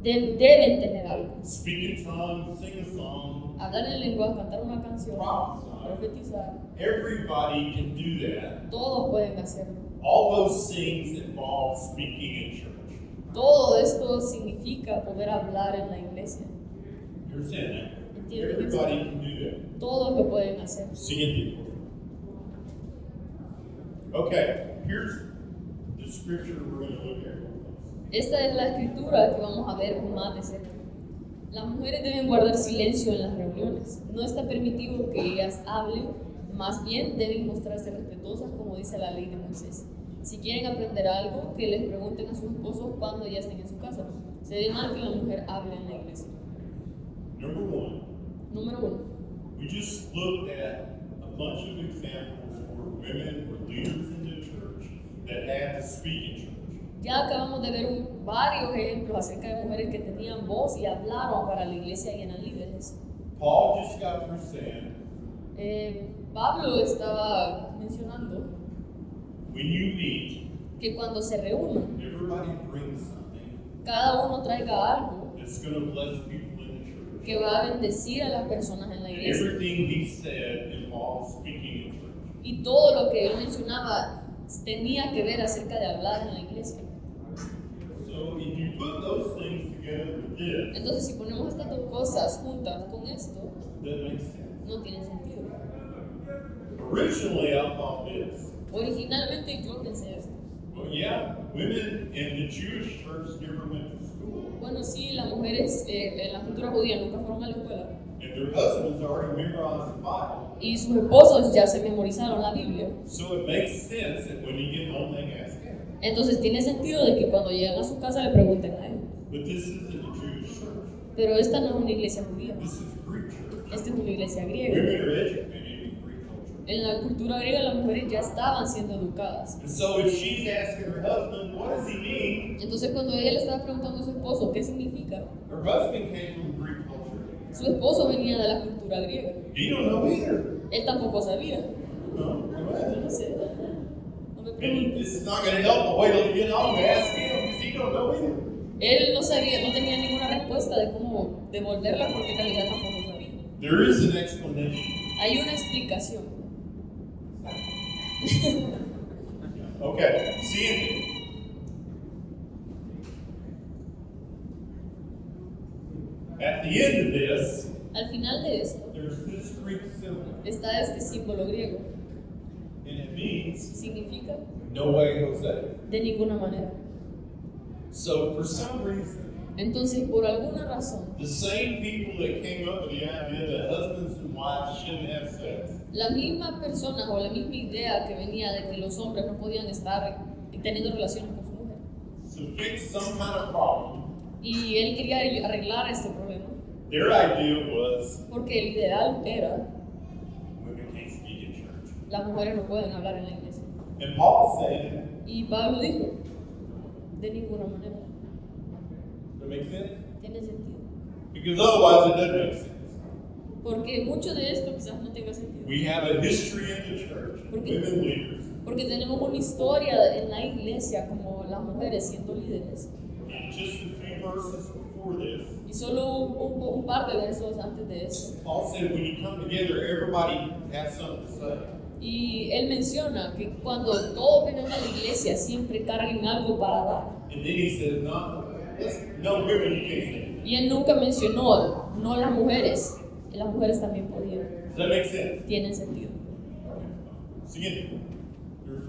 [SPEAKER 2] de- deben tener algo.
[SPEAKER 1] Speak in tongues, sing a song,
[SPEAKER 2] Hablar en lengua, cantar una canción,
[SPEAKER 1] prophesy.
[SPEAKER 2] profetizar,
[SPEAKER 1] Everybody can do that.
[SPEAKER 2] todos pueden hacerlo.
[SPEAKER 1] All those things involve speaking in church.
[SPEAKER 2] Todo esto significa poder hablar en la iglesia.
[SPEAKER 1] You understand that?
[SPEAKER 2] ¿Entienden?
[SPEAKER 1] Everybody can do
[SPEAKER 2] Todos lo pueden hacer.
[SPEAKER 1] that. Seeing people. Okay, here's the scripture we're going to look at.
[SPEAKER 2] Esta es la escritura que vamos a ver más de cerca. Las mujeres deben guardar silencio en las reuniones. No está permitido que ellas hablen, más bien deben mostrarse respetuosas como dice la ley de Moisés. Si quieren aprender algo, que les pregunten a sus esposos cuando ya estén en su casa. Sería mal que la mujer hable en la iglesia.
[SPEAKER 1] Number one,
[SPEAKER 2] Número uno.
[SPEAKER 1] We just looked at a bunch of examples where women were leaders in the church that had to speak in church.
[SPEAKER 2] Ya acabamos de ver un- varios ejemplos acerca de mujeres que tenían voz y hablaron para la iglesia y eran líderes.
[SPEAKER 1] Paul just got through saying,
[SPEAKER 2] Eh, Pablo estaba mencionando
[SPEAKER 1] when you meet,
[SPEAKER 2] que cuando se reúnen,
[SPEAKER 1] everybody brings something
[SPEAKER 2] cada uno traiga algo
[SPEAKER 1] that's going to bless people in the church.
[SPEAKER 2] que va a bendecir a las personas en la
[SPEAKER 1] And
[SPEAKER 2] iglesia.
[SPEAKER 1] everything he said involved speaking in church.
[SPEAKER 2] Y todo lo que él mencionaba tenía que ver acerca de hablar en la iglesia.
[SPEAKER 1] So if you put those things together with this,
[SPEAKER 2] Entonces, si ponemos estas dos cosas juntas con esto,
[SPEAKER 1] that makes sense.
[SPEAKER 2] no tiene sentido.
[SPEAKER 1] Originally, I thought this.
[SPEAKER 2] Originalmente yo pensé esto.
[SPEAKER 1] Well, yeah, women in the Jewish church never went to school.
[SPEAKER 2] Bueno, sí, las mujeres eh, en la cultura judía nunca fueron a la escuela.
[SPEAKER 1] And their husbands already memorized the Bible.
[SPEAKER 2] Y sus esposos ya se memorizaron la Biblia.
[SPEAKER 1] So it makes sense that when you get home, they ask him.
[SPEAKER 2] Entonces tiene sentido de que cuando llegan a su casa le pregunten a él.
[SPEAKER 1] But this isn't a Jewish church.
[SPEAKER 2] Pero esta no es una iglesia judía,
[SPEAKER 1] This is Greek church.
[SPEAKER 2] esta es una iglesia griega.
[SPEAKER 1] Women are educated in Greek culture.
[SPEAKER 2] En la cultura griega las mujeres ya estaban siendo educadas.
[SPEAKER 1] And so if she's asking her husband, what does he mean?
[SPEAKER 2] Entonces cuando ella le estaba preguntando a su esposo qué significa,
[SPEAKER 1] Her husband came from Greek culture.
[SPEAKER 2] su esposo venía de la cultura griega.
[SPEAKER 1] He don't know either.
[SPEAKER 2] Él tampoco sabía.
[SPEAKER 1] No, go ahead.
[SPEAKER 2] Yo no sé. No me
[SPEAKER 1] And
[SPEAKER 2] preguntes.
[SPEAKER 1] this is not going to help, but wait till you get home and ask him, because he don't know either.
[SPEAKER 2] Él no sabía, no tenía ninguna respuesta de cómo devolverla porque en realidad tampoco sabía.
[SPEAKER 1] There is an explanation.
[SPEAKER 2] Hay una explicación.
[SPEAKER 1] Okay, see, at the end of this,
[SPEAKER 2] Al final de esto
[SPEAKER 1] there's this Greek symbol,
[SPEAKER 2] está este símbolo griego.
[SPEAKER 1] and it means
[SPEAKER 2] Significa
[SPEAKER 1] no way, Jose.
[SPEAKER 2] de ninguna manera.
[SPEAKER 1] So for some reason,
[SPEAKER 2] Entonces, por alguna razón,
[SPEAKER 1] the same people that came up with the idea that husbands and wives shouldn't have sex
[SPEAKER 2] la misma persona o la misma idea que venía de que los hombres no podían estar teniendo relaciones con su mujer.
[SPEAKER 1] to fix some kind of problem,
[SPEAKER 2] Y él quería arreglar este problema
[SPEAKER 1] their idea was
[SPEAKER 2] porque el ideal era
[SPEAKER 1] women can't speak in church.
[SPEAKER 2] las mujeres no pueden hablar en la iglesia.
[SPEAKER 1] And Paul said,
[SPEAKER 2] Y Pablo dijo, de ninguna manera.
[SPEAKER 1] that makes sense?
[SPEAKER 2] Tiene sentido.
[SPEAKER 1] Because otherwise it doesn't make sense.
[SPEAKER 2] Porque mucho de esto quizás no tenga sentido.
[SPEAKER 1] We have a history in the church, of women leaders,
[SPEAKER 2] Porque tenemos una historia en la iglesia como las mujeres siendo líderes.
[SPEAKER 1] and just a few verses before this,
[SPEAKER 2] Y solo un, un- un par de versos antes de eso.
[SPEAKER 1] Paul said, when you come together, everybody has something to say.
[SPEAKER 2] Y él menciona que cuando todos vengan a la iglesia siempre carguen algo para dar.
[SPEAKER 1] And then he says, no, let's- no women, you can't say.
[SPEAKER 2] Y él nunca mencionó, no las mujeres. Las mujeres también podían.
[SPEAKER 1] Does that make sense?
[SPEAKER 2] Tienen sentido.
[SPEAKER 1] So again, there's,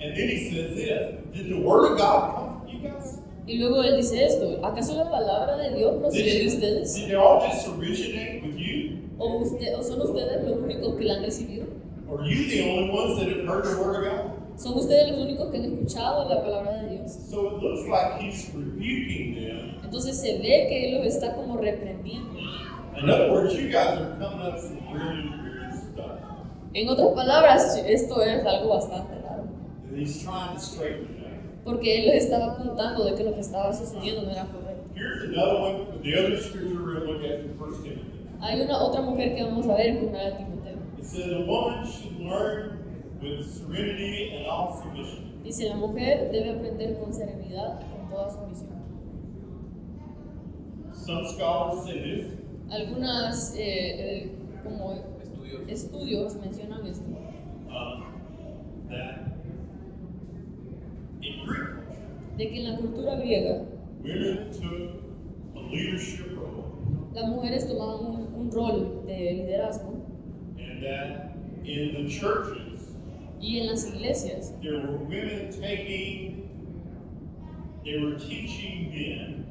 [SPEAKER 1] and then he says this, did the word of God come from you guys?
[SPEAKER 2] Y luego él dice esto, ¿acaso la palabra de Dios procede de
[SPEAKER 1] Did, it-
[SPEAKER 2] ustedes?
[SPEAKER 1] did it all just originate with you?
[SPEAKER 2] ¿O, usted- ¿O son ustedes los únicos que la han recibido?
[SPEAKER 1] Or are you the only ones that have heard the word of God?
[SPEAKER 2] ¿Son ustedes los únicos que han escuchado la palabra de Dios?
[SPEAKER 1] So it looks like he's rebuking them
[SPEAKER 2] Entonces se ve que él los está como reprendiendo.
[SPEAKER 1] In other words, you guys are coming up with some really weird stuff.
[SPEAKER 2] En otras palabras, esto es algo bastante raro.
[SPEAKER 1] And he's trying to straighten it out.
[SPEAKER 2] Porque él les estaba apuntando de que lo que estaba sucediendo no era correcto.
[SPEAKER 1] Here's another one from the other scripture we're going to look at in 1 Timothy.
[SPEAKER 2] Hay una otra mujer que vamos a ver en primera de Timoteo.
[SPEAKER 1] It says, A woman should learn with serenity and all submission.
[SPEAKER 2] Dice, la mujer debe aprender con serenidad, con toda sumisión.
[SPEAKER 1] Some scholars say this
[SPEAKER 2] Algunas eh, eh, como
[SPEAKER 3] Estudios.
[SPEAKER 2] estudios mencionan esto,
[SPEAKER 1] um, that in Greek culture,
[SPEAKER 2] de que en la cultura griega
[SPEAKER 1] women took a leadership role,
[SPEAKER 2] las mujeres tomaban un, un rol de liderazgo
[SPEAKER 1] and that in the churches,
[SPEAKER 2] y en las iglesias
[SPEAKER 1] there were women taking, they were teaching men,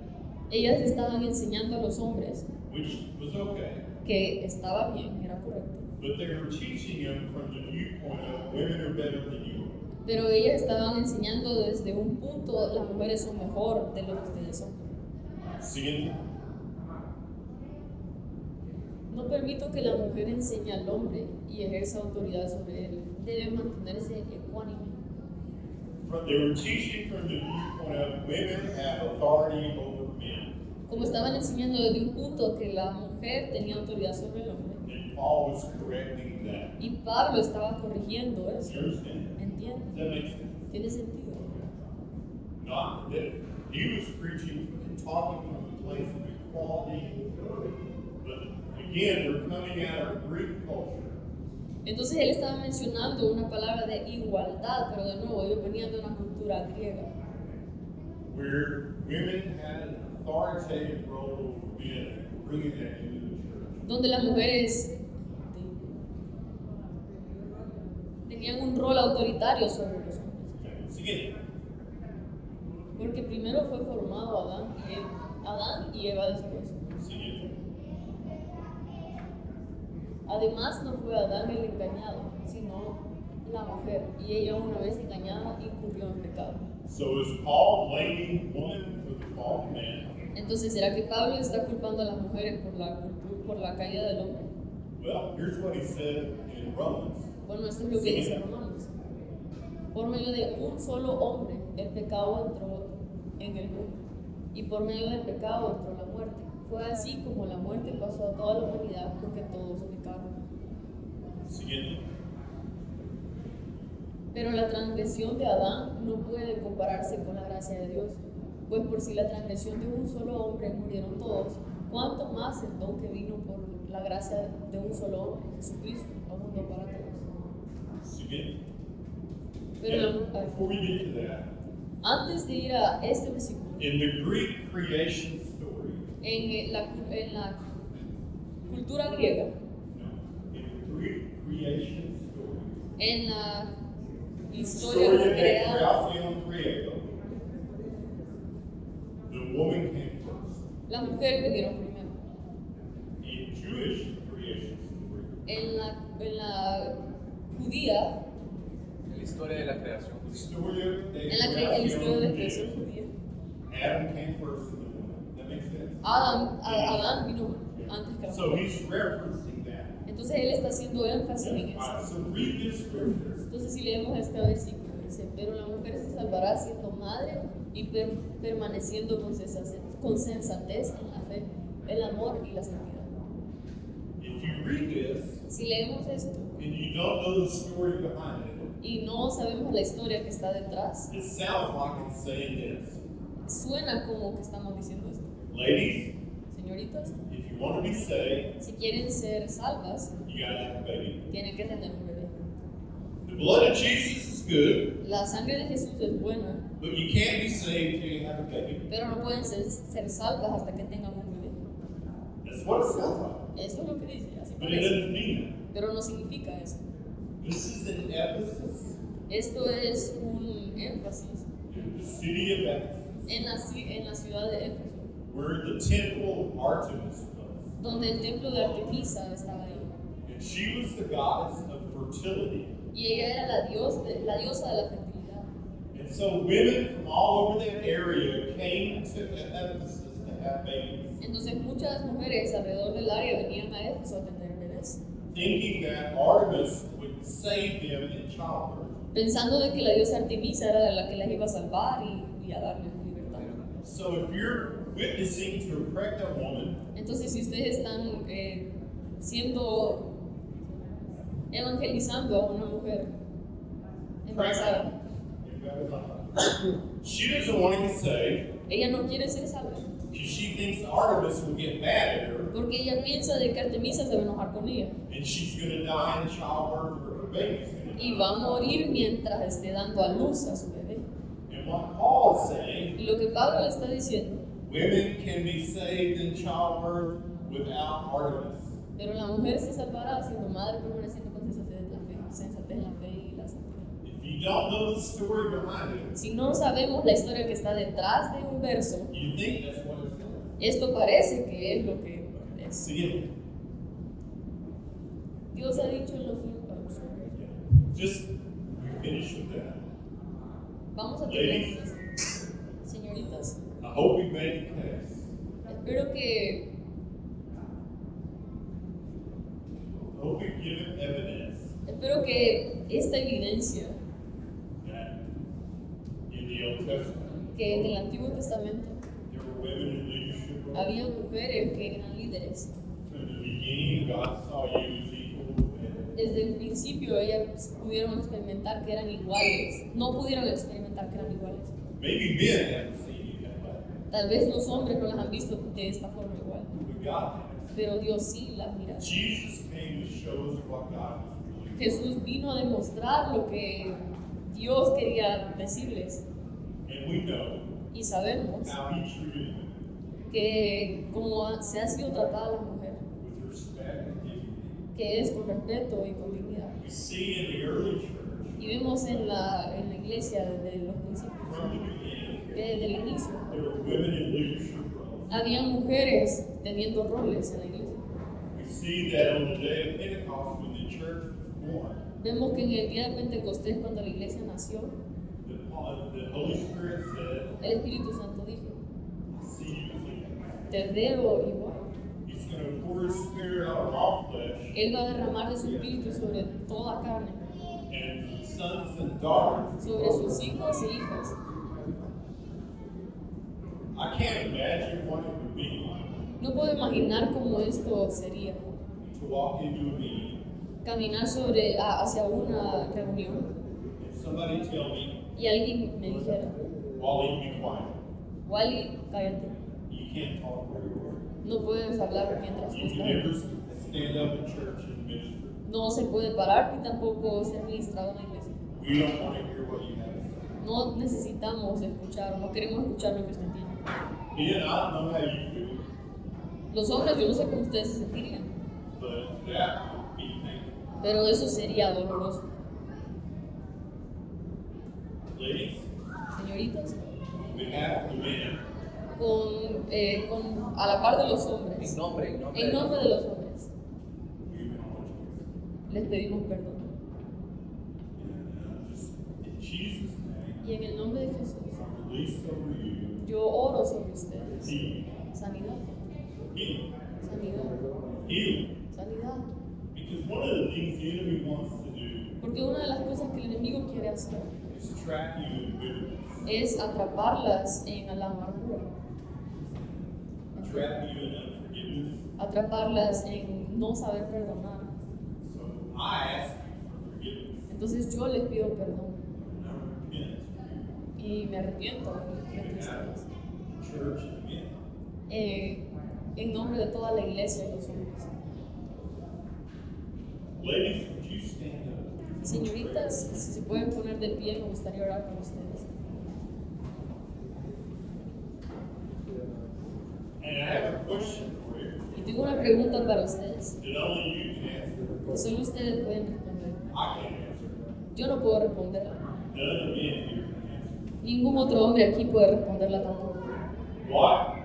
[SPEAKER 2] ellas estaban enseñando a los hombres
[SPEAKER 1] which was okay,
[SPEAKER 2] que estaba bien, era correcto,
[SPEAKER 1] but they were teaching them from the viewpoint of women are better than you
[SPEAKER 2] Pero ellas estaban enseñando desde un punto, las mujeres son mejor de lo que ustedes son.
[SPEAKER 1] Siguiente.
[SPEAKER 2] No permito que la mujer enseñe al hombre y ejerza autoridad sobre él. Debe mantenerse ecuánime.
[SPEAKER 1] From, they were teaching from the viewpoint of women have authority over men.
[SPEAKER 2] Como estaban enseñando desde un punto que la mujer tenía autoridad sobre el hombre.
[SPEAKER 1] And Paul was correcting that.
[SPEAKER 2] Y Pablo estaba corrigiendo
[SPEAKER 1] You
[SPEAKER 2] eso.
[SPEAKER 1] understand? Does
[SPEAKER 2] ¿Entiendes?
[SPEAKER 1] that make sense?
[SPEAKER 2] Tiene sentido.
[SPEAKER 1] Not that he was preaching and talking from a place of equality. But again, we're coming out of Greek culture.
[SPEAKER 2] Entonces él estaba mencionando una palabra de igualdad, pero de nuevo ellos venían de una cultura griega.
[SPEAKER 1] where women had an authoritative role over men, bringing that into the church.
[SPEAKER 2] donde las mujeres tenían un rol autoritario sobre los hombres.
[SPEAKER 1] Okay, Siguiente.
[SPEAKER 2] Porque primero fue formado Adán y Eva, Adán y Eva después.
[SPEAKER 1] Siguiente.
[SPEAKER 2] Además no fue Adán el engañado, sino la mujer, y ella una vez engañada incurrió en pecado.
[SPEAKER 1] So is Paul blaming woman for the fall of man?
[SPEAKER 2] Entonces, ¿será que Pablo está culpando a las mujeres por la, cultu- por la caída del hombre?
[SPEAKER 1] Well, here's what he said in Romans.
[SPEAKER 2] Bueno, esto es lo que dice Romanos. Por medio de un solo hombre, el pecado entró en el mundo. Y por medio del pecado entró la muerte. Fue así como la muerte pasó a toda la humanidad porque todos pecaron.
[SPEAKER 1] Siguiente.
[SPEAKER 2] Pero la transgresión de Adán no puede compararse con la gracia de Dios. Pues por si la transgresión de un solo hombre murieron todos, ¿cuánto más el don que vino por la gracia de un solo hombre, Jesucristo, abundó para todos?
[SPEAKER 1] Siguiente.
[SPEAKER 2] Pero la
[SPEAKER 1] And Before we get to that,
[SPEAKER 2] Antes de ir a este versículo,
[SPEAKER 1] in the Greek creation story,
[SPEAKER 2] en la, en la cultura griega,
[SPEAKER 1] no, in the Greek creation story,
[SPEAKER 2] en la historia
[SPEAKER 1] historia de
[SPEAKER 2] creada,
[SPEAKER 1] creación griega, the woman came first.
[SPEAKER 2] las mujeres vinieron primero.
[SPEAKER 1] in Jewish creation story,
[SPEAKER 2] En la, en la judía,
[SPEAKER 3] En la historia de la creación.
[SPEAKER 1] the story of the
[SPEAKER 2] en la, cre- en la historia de la creación judía,
[SPEAKER 1] Adam came first in the woman. That makes sense.
[SPEAKER 2] Adán, a- Adán vino antes que la
[SPEAKER 1] So
[SPEAKER 2] mujer.
[SPEAKER 1] he's referencing that.
[SPEAKER 2] Entonces él está haciendo énfasis en eso.
[SPEAKER 1] Alright, so read this scripture.
[SPEAKER 2] Entonces si leemos este versículo, dice, pero la mujer se salvará siendo madre y per- permaneciendo con sensatez, con sensatez en la fe, el amor y la santidad.
[SPEAKER 1] If you read this
[SPEAKER 2] Si leemos esto
[SPEAKER 1] and you don't know the story behind it,
[SPEAKER 2] y no sabemos la historia que está detrás,
[SPEAKER 1] it sounds like it's saying this.
[SPEAKER 2] suena como que estamos diciendo esto.
[SPEAKER 1] Ladies,
[SPEAKER 2] Señoritas,
[SPEAKER 1] if you want to be saved,
[SPEAKER 2] si quieren ser salvas,
[SPEAKER 1] you gotta have a baby.
[SPEAKER 2] tienen que tener un bebé.
[SPEAKER 1] The blood of Jesus is good,
[SPEAKER 2] La sangre de Jesús es buena,
[SPEAKER 1] but you can't be saved until you have a baby.
[SPEAKER 2] pero no pueden ser, ser salvas hasta que tengan un bebé.
[SPEAKER 1] That's what it sounds like.
[SPEAKER 2] Eso es lo que dice, así
[SPEAKER 1] But it
[SPEAKER 2] parece.
[SPEAKER 1] doesn't mean that.
[SPEAKER 2] Pero no significa eso.
[SPEAKER 1] This is in Ephesus,
[SPEAKER 2] Esto es un énfasis
[SPEAKER 1] in the city of Ephesus,
[SPEAKER 2] en la, ci- en la ciudad de Éfeso,
[SPEAKER 1] where the temple of Artemis was.
[SPEAKER 2] donde el templo de Artemisa estaba ahí.
[SPEAKER 1] And she was the goddess of fertility.
[SPEAKER 2] Y ella era la, dios de- la diosa de la fertilidad.
[SPEAKER 1] And so women from all over that area came to Ephesus to have babies,
[SPEAKER 2] Entonces muchas mujeres alrededor del área venían a Éfeso a tener bebés,
[SPEAKER 1] thinking that Artemis would save them in childbirth.
[SPEAKER 2] pensando de que la diosa Artemisa era la que las iba a salvar y, y a darles libertad.
[SPEAKER 1] So if you're witnessing to a pregnant woman,
[SPEAKER 2] Entonces si ustedes están eh, siendo evangelizando a una mujer embarazada,
[SPEAKER 1] she doesn't want to get saved
[SPEAKER 2] ella no quiere ser salva,
[SPEAKER 1] because she thinks Artemis will get mad at her
[SPEAKER 2] porque ella piensa de que Artemisa se va a enojar con ella.
[SPEAKER 1] and she's going to die in childbirth or her baby's going to
[SPEAKER 2] y va a morir mientras esté dando a luz a su bebé.
[SPEAKER 1] And what Paul's saying,
[SPEAKER 2] Y lo que Pablo le está diciendo,
[SPEAKER 1] women can be saved in childbirth without Artemis.
[SPEAKER 2] pero la mujer se salvará siendo madre permaneciendo con sensatez en la fe, sensatez en la fe y la santidad.
[SPEAKER 1] If you don't know the story behind it,
[SPEAKER 2] Si no sabemos la historia que está detrás de un verso,
[SPEAKER 1] you think that's what it's saying.
[SPEAKER 2] esto parece que es lo que es.
[SPEAKER 1] So yeah,
[SPEAKER 2] Dios ha dicho en los... oh, sorry.
[SPEAKER 1] yeah. just we finish with that.
[SPEAKER 2] Vamos a terminar con esto. Señoritas,
[SPEAKER 1] I hope we made it past.
[SPEAKER 2] espero que,
[SPEAKER 1] I hope we've given evidence
[SPEAKER 2] espero que esta evidencia
[SPEAKER 1] that in the Old Testament,
[SPEAKER 2] que en el Antiguo Testamento
[SPEAKER 1] there were women in leadership roles.
[SPEAKER 2] había mujeres que eran líderes.
[SPEAKER 1] From the beginning, God saw you as equal to women.
[SPEAKER 2] Desde el principio ellas pudieron experimentar que eran iguales. No pudieron experimentar que eran iguales.
[SPEAKER 1] Maybe men haven't seen you that way,
[SPEAKER 2] Tal vez los hombres no las han visto de esta forma igual,
[SPEAKER 1] but God has.
[SPEAKER 2] pero Dios sí las mira.
[SPEAKER 1] Jesus came to show us what God was really doing.
[SPEAKER 2] Jesús vino a demostrar lo que Dios quería decirles
[SPEAKER 1] And we know
[SPEAKER 2] y sabemos
[SPEAKER 1] how he treated women.
[SPEAKER 2] que como ha- se ha sido tratada la mujer,
[SPEAKER 1] with respect and dignity.
[SPEAKER 2] que es con respeto y con dignidad.
[SPEAKER 1] We see in the early church,
[SPEAKER 2] Y vemos en la, en la iglesia desde los principios,
[SPEAKER 1] from the beginning,
[SPEAKER 2] que desde el inicio
[SPEAKER 1] there were women in leadership roles.
[SPEAKER 2] había mujeres teniendo roles en la iglesia.
[SPEAKER 1] We see that on the day of Pentecost, when the church was born,
[SPEAKER 2] Vemos que en el día de Pentecostés, cuando la iglesia nació,
[SPEAKER 1] the, Paul- the Holy Spirit said,
[SPEAKER 2] el Espíritu Santo dijo,
[SPEAKER 1] I see you as equal.
[SPEAKER 2] te veo igual.
[SPEAKER 1] He's going to pour his spirit out on all flesh,
[SPEAKER 2] Él va a derramar de su espíritu sobre toda carne,
[SPEAKER 1] and sons and daughters.
[SPEAKER 2] sobre sus hijos e hijas.
[SPEAKER 1] I can't imagine what it would be like
[SPEAKER 2] No puedo imaginar cómo esto sería.
[SPEAKER 1] to walk into a meeting
[SPEAKER 2] Caminar sobre, a- hacia una reunión
[SPEAKER 1] and somebody tell me,
[SPEAKER 2] y alguien me dijera,
[SPEAKER 1] Wally, be quiet.
[SPEAKER 2] Wally, cállate.
[SPEAKER 1] You can't talk where you are.
[SPEAKER 2] No puedes hablar mientras tú
[SPEAKER 1] You can
[SPEAKER 2] estás.
[SPEAKER 1] never stand up in church and minister.
[SPEAKER 2] No se puede parar ni tampoco ser ministrado en la iglesia.
[SPEAKER 1] We don't want to hear what you have to say.
[SPEAKER 2] No necesitamos escuchar o no queremos escuchar lo que usted tiene.
[SPEAKER 1] Ian, I don't know how you feel,
[SPEAKER 2] Los hombres, yo no sé cómo ustedes se sentirían,
[SPEAKER 1] but that would be painful.
[SPEAKER 2] pero eso sería doloroso.
[SPEAKER 1] Ladies,
[SPEAKER 2] Señoritas,
[SPEAKER 1] we have the men.
[SPEAKER 2] con, eh, con- a la par de los hombres,
[SPEAKER 3] En nombre, en nombre.
[SPEAKER 2] en nombre de los hombres,
[SPEAKER 1] We want you.
[SPEAKER 2] les pedimos perdón.
[SPEAKER 1] And uh, just in Jesus' name,
[SPEAKER 2] Y en el nombre de Jesús,
[SPEAKER 1] I release over you
[SPEAKER 2] yo oro sobre ustedes.
[SPEAKER 1] healing.
[SPEAKER 2] Sanidad,
[SPEAKER 1] Healing.
[SPEAKER 2] sanidad,
[SPEAKER 1] Healing.
[SPEAKER 2] sanidad.
[SPEAKER 1] E. Because one of the things the enemy wants to do
[SPEAKER 2] Porque una de las cosas que el enemigo quiere hacer
[SPEAKER 1] is trap you in bitterness,
[SPEAKER 2] es atraparlas en la amargura,
[SPEAKER 1] trap you in unforgiveness.
[SPEAKER 2] atraparlas en no saber perdonar.
[SPEAKER 1] So I ask you for forgiveness.
[SPEAKER 2] Entonces yo les pido perdón
[SPEAKER 1] And I repent.
[SPEAKER 2] y me arrepiento frente a ustedes.
[SPEAKER 1] church and men.
[SPEAKER 2] eh, en nombre de toda la iglesia y los hombres.
[SPEAKER 1] Ladies, would you stand up?
[SPEAKER 2] Señoritas, si se pueden poner de pie, me gustaría orar con ustedes.
[SPEAKER 1] And I have a question for you
[SPEAKER 2] Y tengo una pregunta para ustedes,
[SPEAKER 1] that only you can answer.
[SPEAKER 2] que solo ustedes pueden responder.
[SPEAKER 1] I can't answer. it.
[SPEAKER 2] Yo no puedo responderla.
[SPEAKER 1] None of the men here can answer.
[SPEAKER 2] Ningún otro hombre aquí puede responderla tampoco.
[SPEAKER 1] it. Why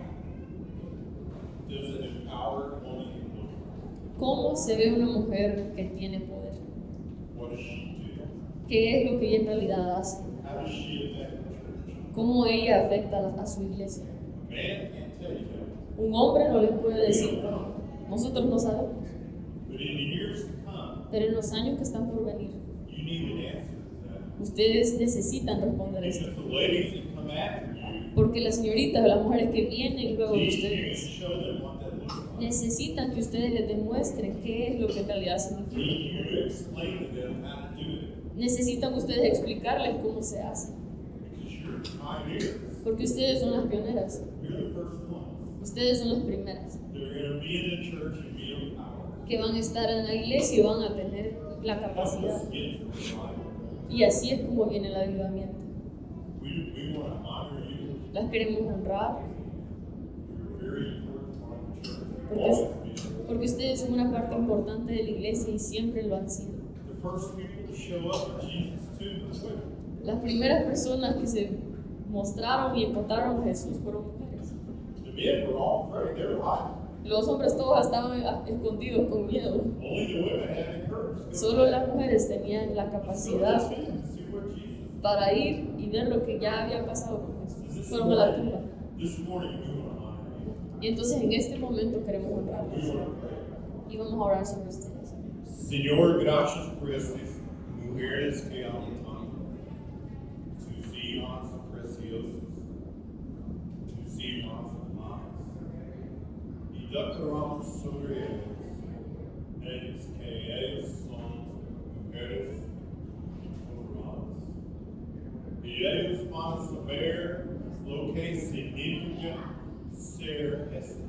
[SPEAKER 1] does an empowered woman look?
[SPEAKER 2] ¿Cómo se ve una mujer que tiene poder?
[SPEAKER 1] like? What does she do?
[SPEAKER 2] ¿Qué es lo que ella en realidad hace?
[SPEAKER 1] How does she affect the church?
[SPEAKER 2] ¿Cómo ella afecta a la- a su iglesia?
[SPEAKER 1] A man can't tell you that.
[SPEAKER 2] Un hombre no les puede
[SPEAKER 1] We don't
[SPEAKER 2] decir.
[SPEAKER 1] know.
[SPEAKER 2] Nosotros no sabemos.
[SPEAKER 1] But in the years to come,
[SPEAKER 2] Pero en los años que están por venir,
[SPEAKER 1] you need an answer to that.
[SPEAKER 2] ustedes necesitan responder esto.
[SPEAKER 1] Because the ladies that come after you,
[SPEAKER 2] Porque las señoritas o las mujeres que vienen luego de
[SPEAKER 1] you can
[SPEAKER 2] ustedes
[SPEAKER 1] show them what that looks like.
[SPEAKER 2] necesitan que ustedes les demuestren qué es lo que en realidad
[SPEAKER 1] Need
[SPEAKER 2] significa.
[SPEAKER 1] you to explain to them how to do it
[SPEAKER 2] Necesitan ustedes explicarles cómo se hace.
[SPEAKER 1] because you're pioneers.
[SPEAKER 2] Porque ustedes son las pioneras.
[SPEAKER 1] You're the first ones.
[SPEAKER 2] Ustedes son las primeras
[SPEAKER 1] They're going to be in the church and be in power.
[SPEAKER 2] que van a estar en la iglesia y van a tener la
[SPEAKER 1] Help
[SPEAKER 2] capacidad.
[SPEAKER 1] us get to revival.
[SPEAKER 2] Y así es como viene el avivamiento.
[SPEAKER 1] We, we want to honor you.
[SPEAKER 2] Las queremos honrar
[SPEAKER 1] You're a very important part of the church. You've
[SPEAKER 2] Porque-
[SPEAKER 1] always been.
[SPEAKER 2] porque ustedes son una parte importante de la iglesia y siempre lo han sido.
[SPEAKER 1] The first people to show up at Jesus' tomb were women.
[SPEAKER 2] Las primeras personas que se mostraron y encontraron a Jesús fueron mujeres.
[SPEAKER 1] The men were all afraid. They were hiding.
[SPEAKER 2] Los hombres todos estaban ah, escondidos con miedo.
[SPEAKER 1] Only the women had the courage.
[SPEAKER 2] Solo las mujeres tenían la
[SPEAKER 1] Let's go to
[SPEAKER 2] capacidad
[SPEAKER 1] the tomb and see what Jesus
[SPEAKER 2] para ir y y ver lo que ya había pasado con Jesús.
[SPEAKER 1] This
[SPEAKER 2] Fueron a la tumba.
[SPEAKER 1] morning, this morning we want to honor you.
[SPEAKER 2] Y entonces en este momento queremos
[SPEAKER 1] We
[SPEAKER 2] honrarlos
[SPEAKER 1] want to pray.
[SPEAKER 2] y vamos a orar sobre ustedes.
[SPEAKER 1] Señor, gracias por estes mujeres que alentan tus hijos preciosos, tus hijos amados, y declaramos sobre ellos, ellos que ellos son mujeres honradas. Y ellos van a saber lo que significa ser este.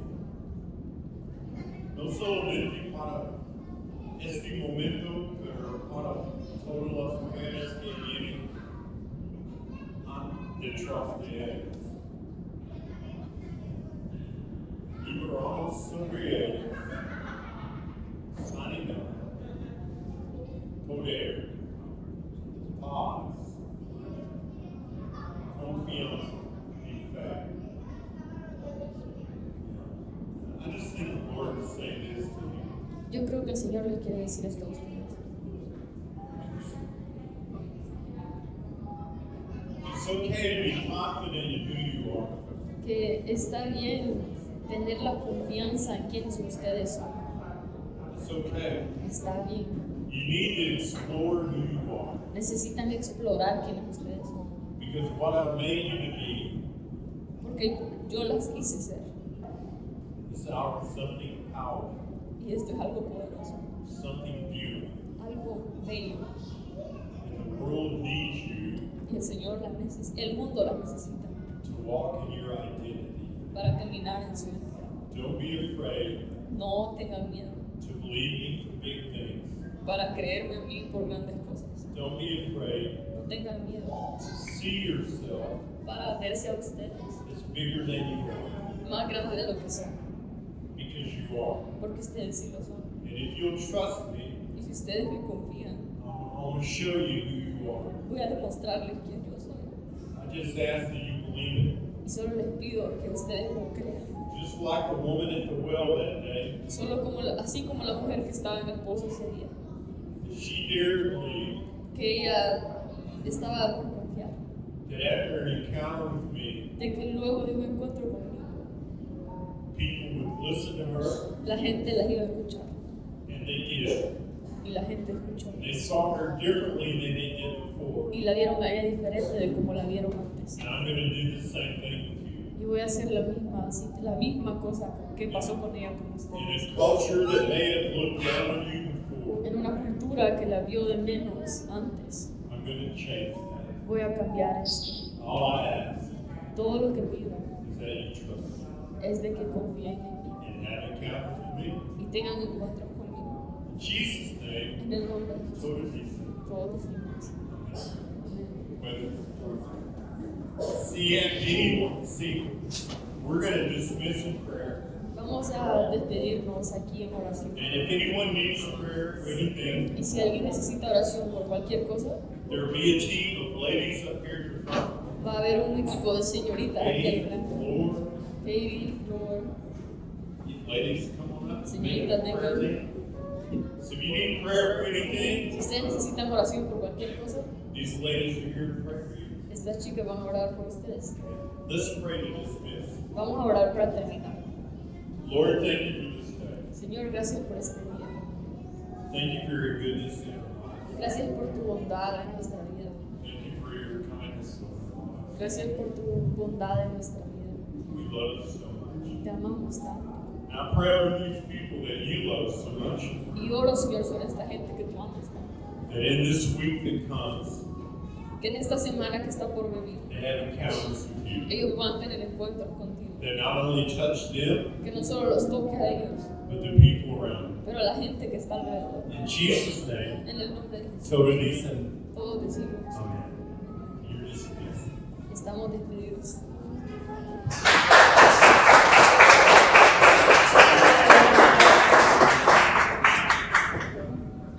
[SPEAKER 1] No solo de ti para este momento, pero para todas las mujeres que vienen a- detrás de ellas. Liberamos sobre ellas sanidad, poder, paz, confianza y fe. I just think the Lord is saying this to you.
[SPEAKER 2] Yo creo que el Señor les quiere decir esto a ustedes.
[SPEAKER 1] It's okay to be confident in who you are.
[SPEAKER 2] Que está bien tener la confianza en quienes ustedes son.
[SPEAKER 1] It's okay.
[SPEAKER 2] Está bien.
[SPEAKER 1] You need to explore who you are.
[SPEAKER 2] Necesitan explorar quiénes ustedes son.
[SPEAKER 1] Because what I've made you to be
[SPEAKER 2] Porque yo las quise ser.
[SPEAKER 1] is our something powerful,
[SPEAKER 2] Y esto es algo poderoso.
[SPEAKER 1] something beautiful.
[SPEAKER 2] Algo bello.
[SPEAKER 1] And the world needs you
[SPEAKER 2] Y el Señor las necesita. El mundo las necesita.
[SPEAKER 1] to walk in your identity.
[SPEAKER 2] Para caminar en su identidad.
[SPEAKER 1] Don't be afraid
[SPEAKER 2] No tengan miedo.
[SPEAKER 1] to believe me for big things.
[SPEAKER 2] Para creerme a mí por grandes cosas.
[SPEAKER 1] Don't be afraid
[SPEAKER 2] No tengan miedo.
[SPEAKER 1] to see yourself
[SPEAKER 2] Para verse a ustedes
[SPEAKER 1] as bigger than you are.
[SPEAKER 2] más grande de lo que son.
[SPEAKER 1] Because you are.
[SPEAKER 2] Porque ustedes sí lo son.
[SPEAKER 1] And if you'll trust me,
[SPEAKER 2] Y si ustedes me confían,
[SPEAKER 1] I'm going to show you who you are.
[SPEAKER 2] voy a demostrarles quién yo soy.
[SPEAKER 1] I just ask that you believe it.
[SPEAKER 2] Y solo les pido que ustedes lo crean.
[SPEAKER 1] Just like the woman at the well that day,
[SPEAKER 2] Solo como la- así como la mujer que estaba en el pozo ese día.
[SPEAKER 1] if she dared believe
[SPEAKER 2] Que ella estaba por confiar.
[SPEAKER 1] that after an encounter with me,
[SPEAKER 2] De que luego de un encuentro conmigo,
[SPEAKER 1] people would listen to her
[SPEAKER 2] la gente las iba a escuchar.
[SPEAKER 1] and they did.
[SPEAKER 2] Y la gente escuchó.
[SPEAKER 1] And they saw her differently than they did before.
[SPEAKER 2] Y la vieron a ella diferente de como la vieron antes.
[SPEAKER 1] And I'm going to do the same thing
[SPEAKER 2] Y voy a hacer la misma, así, la misma cosa que pasó con ella con
[SPEAKER 1] with you. In
[SPEAKER 2] ustedes.
[SPEAKER 1] a culture that may have looked down on you before,
[SPEAKER 2] En una cultura que la vio de menos antes,
[SPEAKER 1] I'm going to change that.
[SPEAKER 2] voy a cambiar esto.
[SPEAKER 1] All I ask
[SPEAKER 2] Todo lo que pido
[SPEAKER 1] is that you trust me
[SPEAKER 2] es de que confíen en mí
[SPEAKER 1] and have encounters with me.
[SPEAKER 2] y tengan encuentros conmigo.
[SPEAKER 1] In Jesus' name,
[SPEAKER 2] En el nombre de Jesús,
[SPEAKER 1] so does he say.
[SPEAKER 2] todos los demás. Amén.
[SPEAKER 1] whether it's CFD, see, we're gonna dismiss in prayer.
[SPEAKER 2] Vamos a despedirnos aquí en oración.
[SPEAKER 1] And if anyone needs prayer or anything,
[SPEAKER 2] Y si alguien necesita oración por cualquier cosa,
[SPEAKER 1] there'll be a team of ladies up here in the front.
[SPEAKER 2] va a haber un equipo de señoritas aquí al
[SPEAKER 1] Katie,
[SPEAKER 2] frente.
[SPEAKER 1] Lord,
[SPEAKER 2] Katie, Lord,
[SPEAKER 1] you ladies, come on up. Make
[SPEAKER 2] señoritas
[SPEAKER 1] a
[SPEAKER 2] de
[SPEAKER 1] prayer
[SPEAKER 2] Dios.
[SPEAKER 1] team. So if you need prayer for anything,
[SPEAKER 2] Si ustedes necesitan oración por cualquier cosa,
[SPEAKER 1] these ladies are here to pray for you.
[SPEAKER 2] estas chicas van a orar por ustedes.
[SPEAKER 1] Let's pray to dismiss.
[SPEAKER 2] Vamos a orar para terminar.
[SPEAKER 1] Lord, thank you for this day.
[SPEAKER 2] Señor, gracias por este día.
[SPEAKER 1] Thank you for your goodness in our lives.
[SPEAKER 2] Gracias por tu bondad en nuestra vida.
[SPEAKER 1] Thank you for your kindness in our lives.
[SPEAKER 2] Gracias por tu bondad en nuestra vida.
[SPEAKER 1] We love you so much.
[SPEAKER 2] Te amamos tanto.
[SPEAKER 1] And I pray over these people that you love so much,
[SPEAKER 2] Y oro, Señor, sobre esta gente que tú amas tanto.
[SPEAKER 1] that in this week that comes,
[SPEAKER 2] Que en esta semana que está por venir,
[SPEAKER 1] they have encounters with you.
[SPEAKER 2] ellos van a tener encuentros contigo.
[SPEAKER 1] That not only touch them,
[SPEAKER 2] Que no solo los toque a ellos,
[SPEAKER 1] but the people around
[SPEAKER 2] pero a la gente que está alrededor.
[SPEAKER 1] them. In Jesus' name,
[SPEAKER 2] En el nombre de Jesús,
[SPEAKER 1] so it is and
[SPEAKER 2] todos decimos,
[SPEAKER 1] amen. You're dismissed.
[SPEAKER 2] estamos despedidos.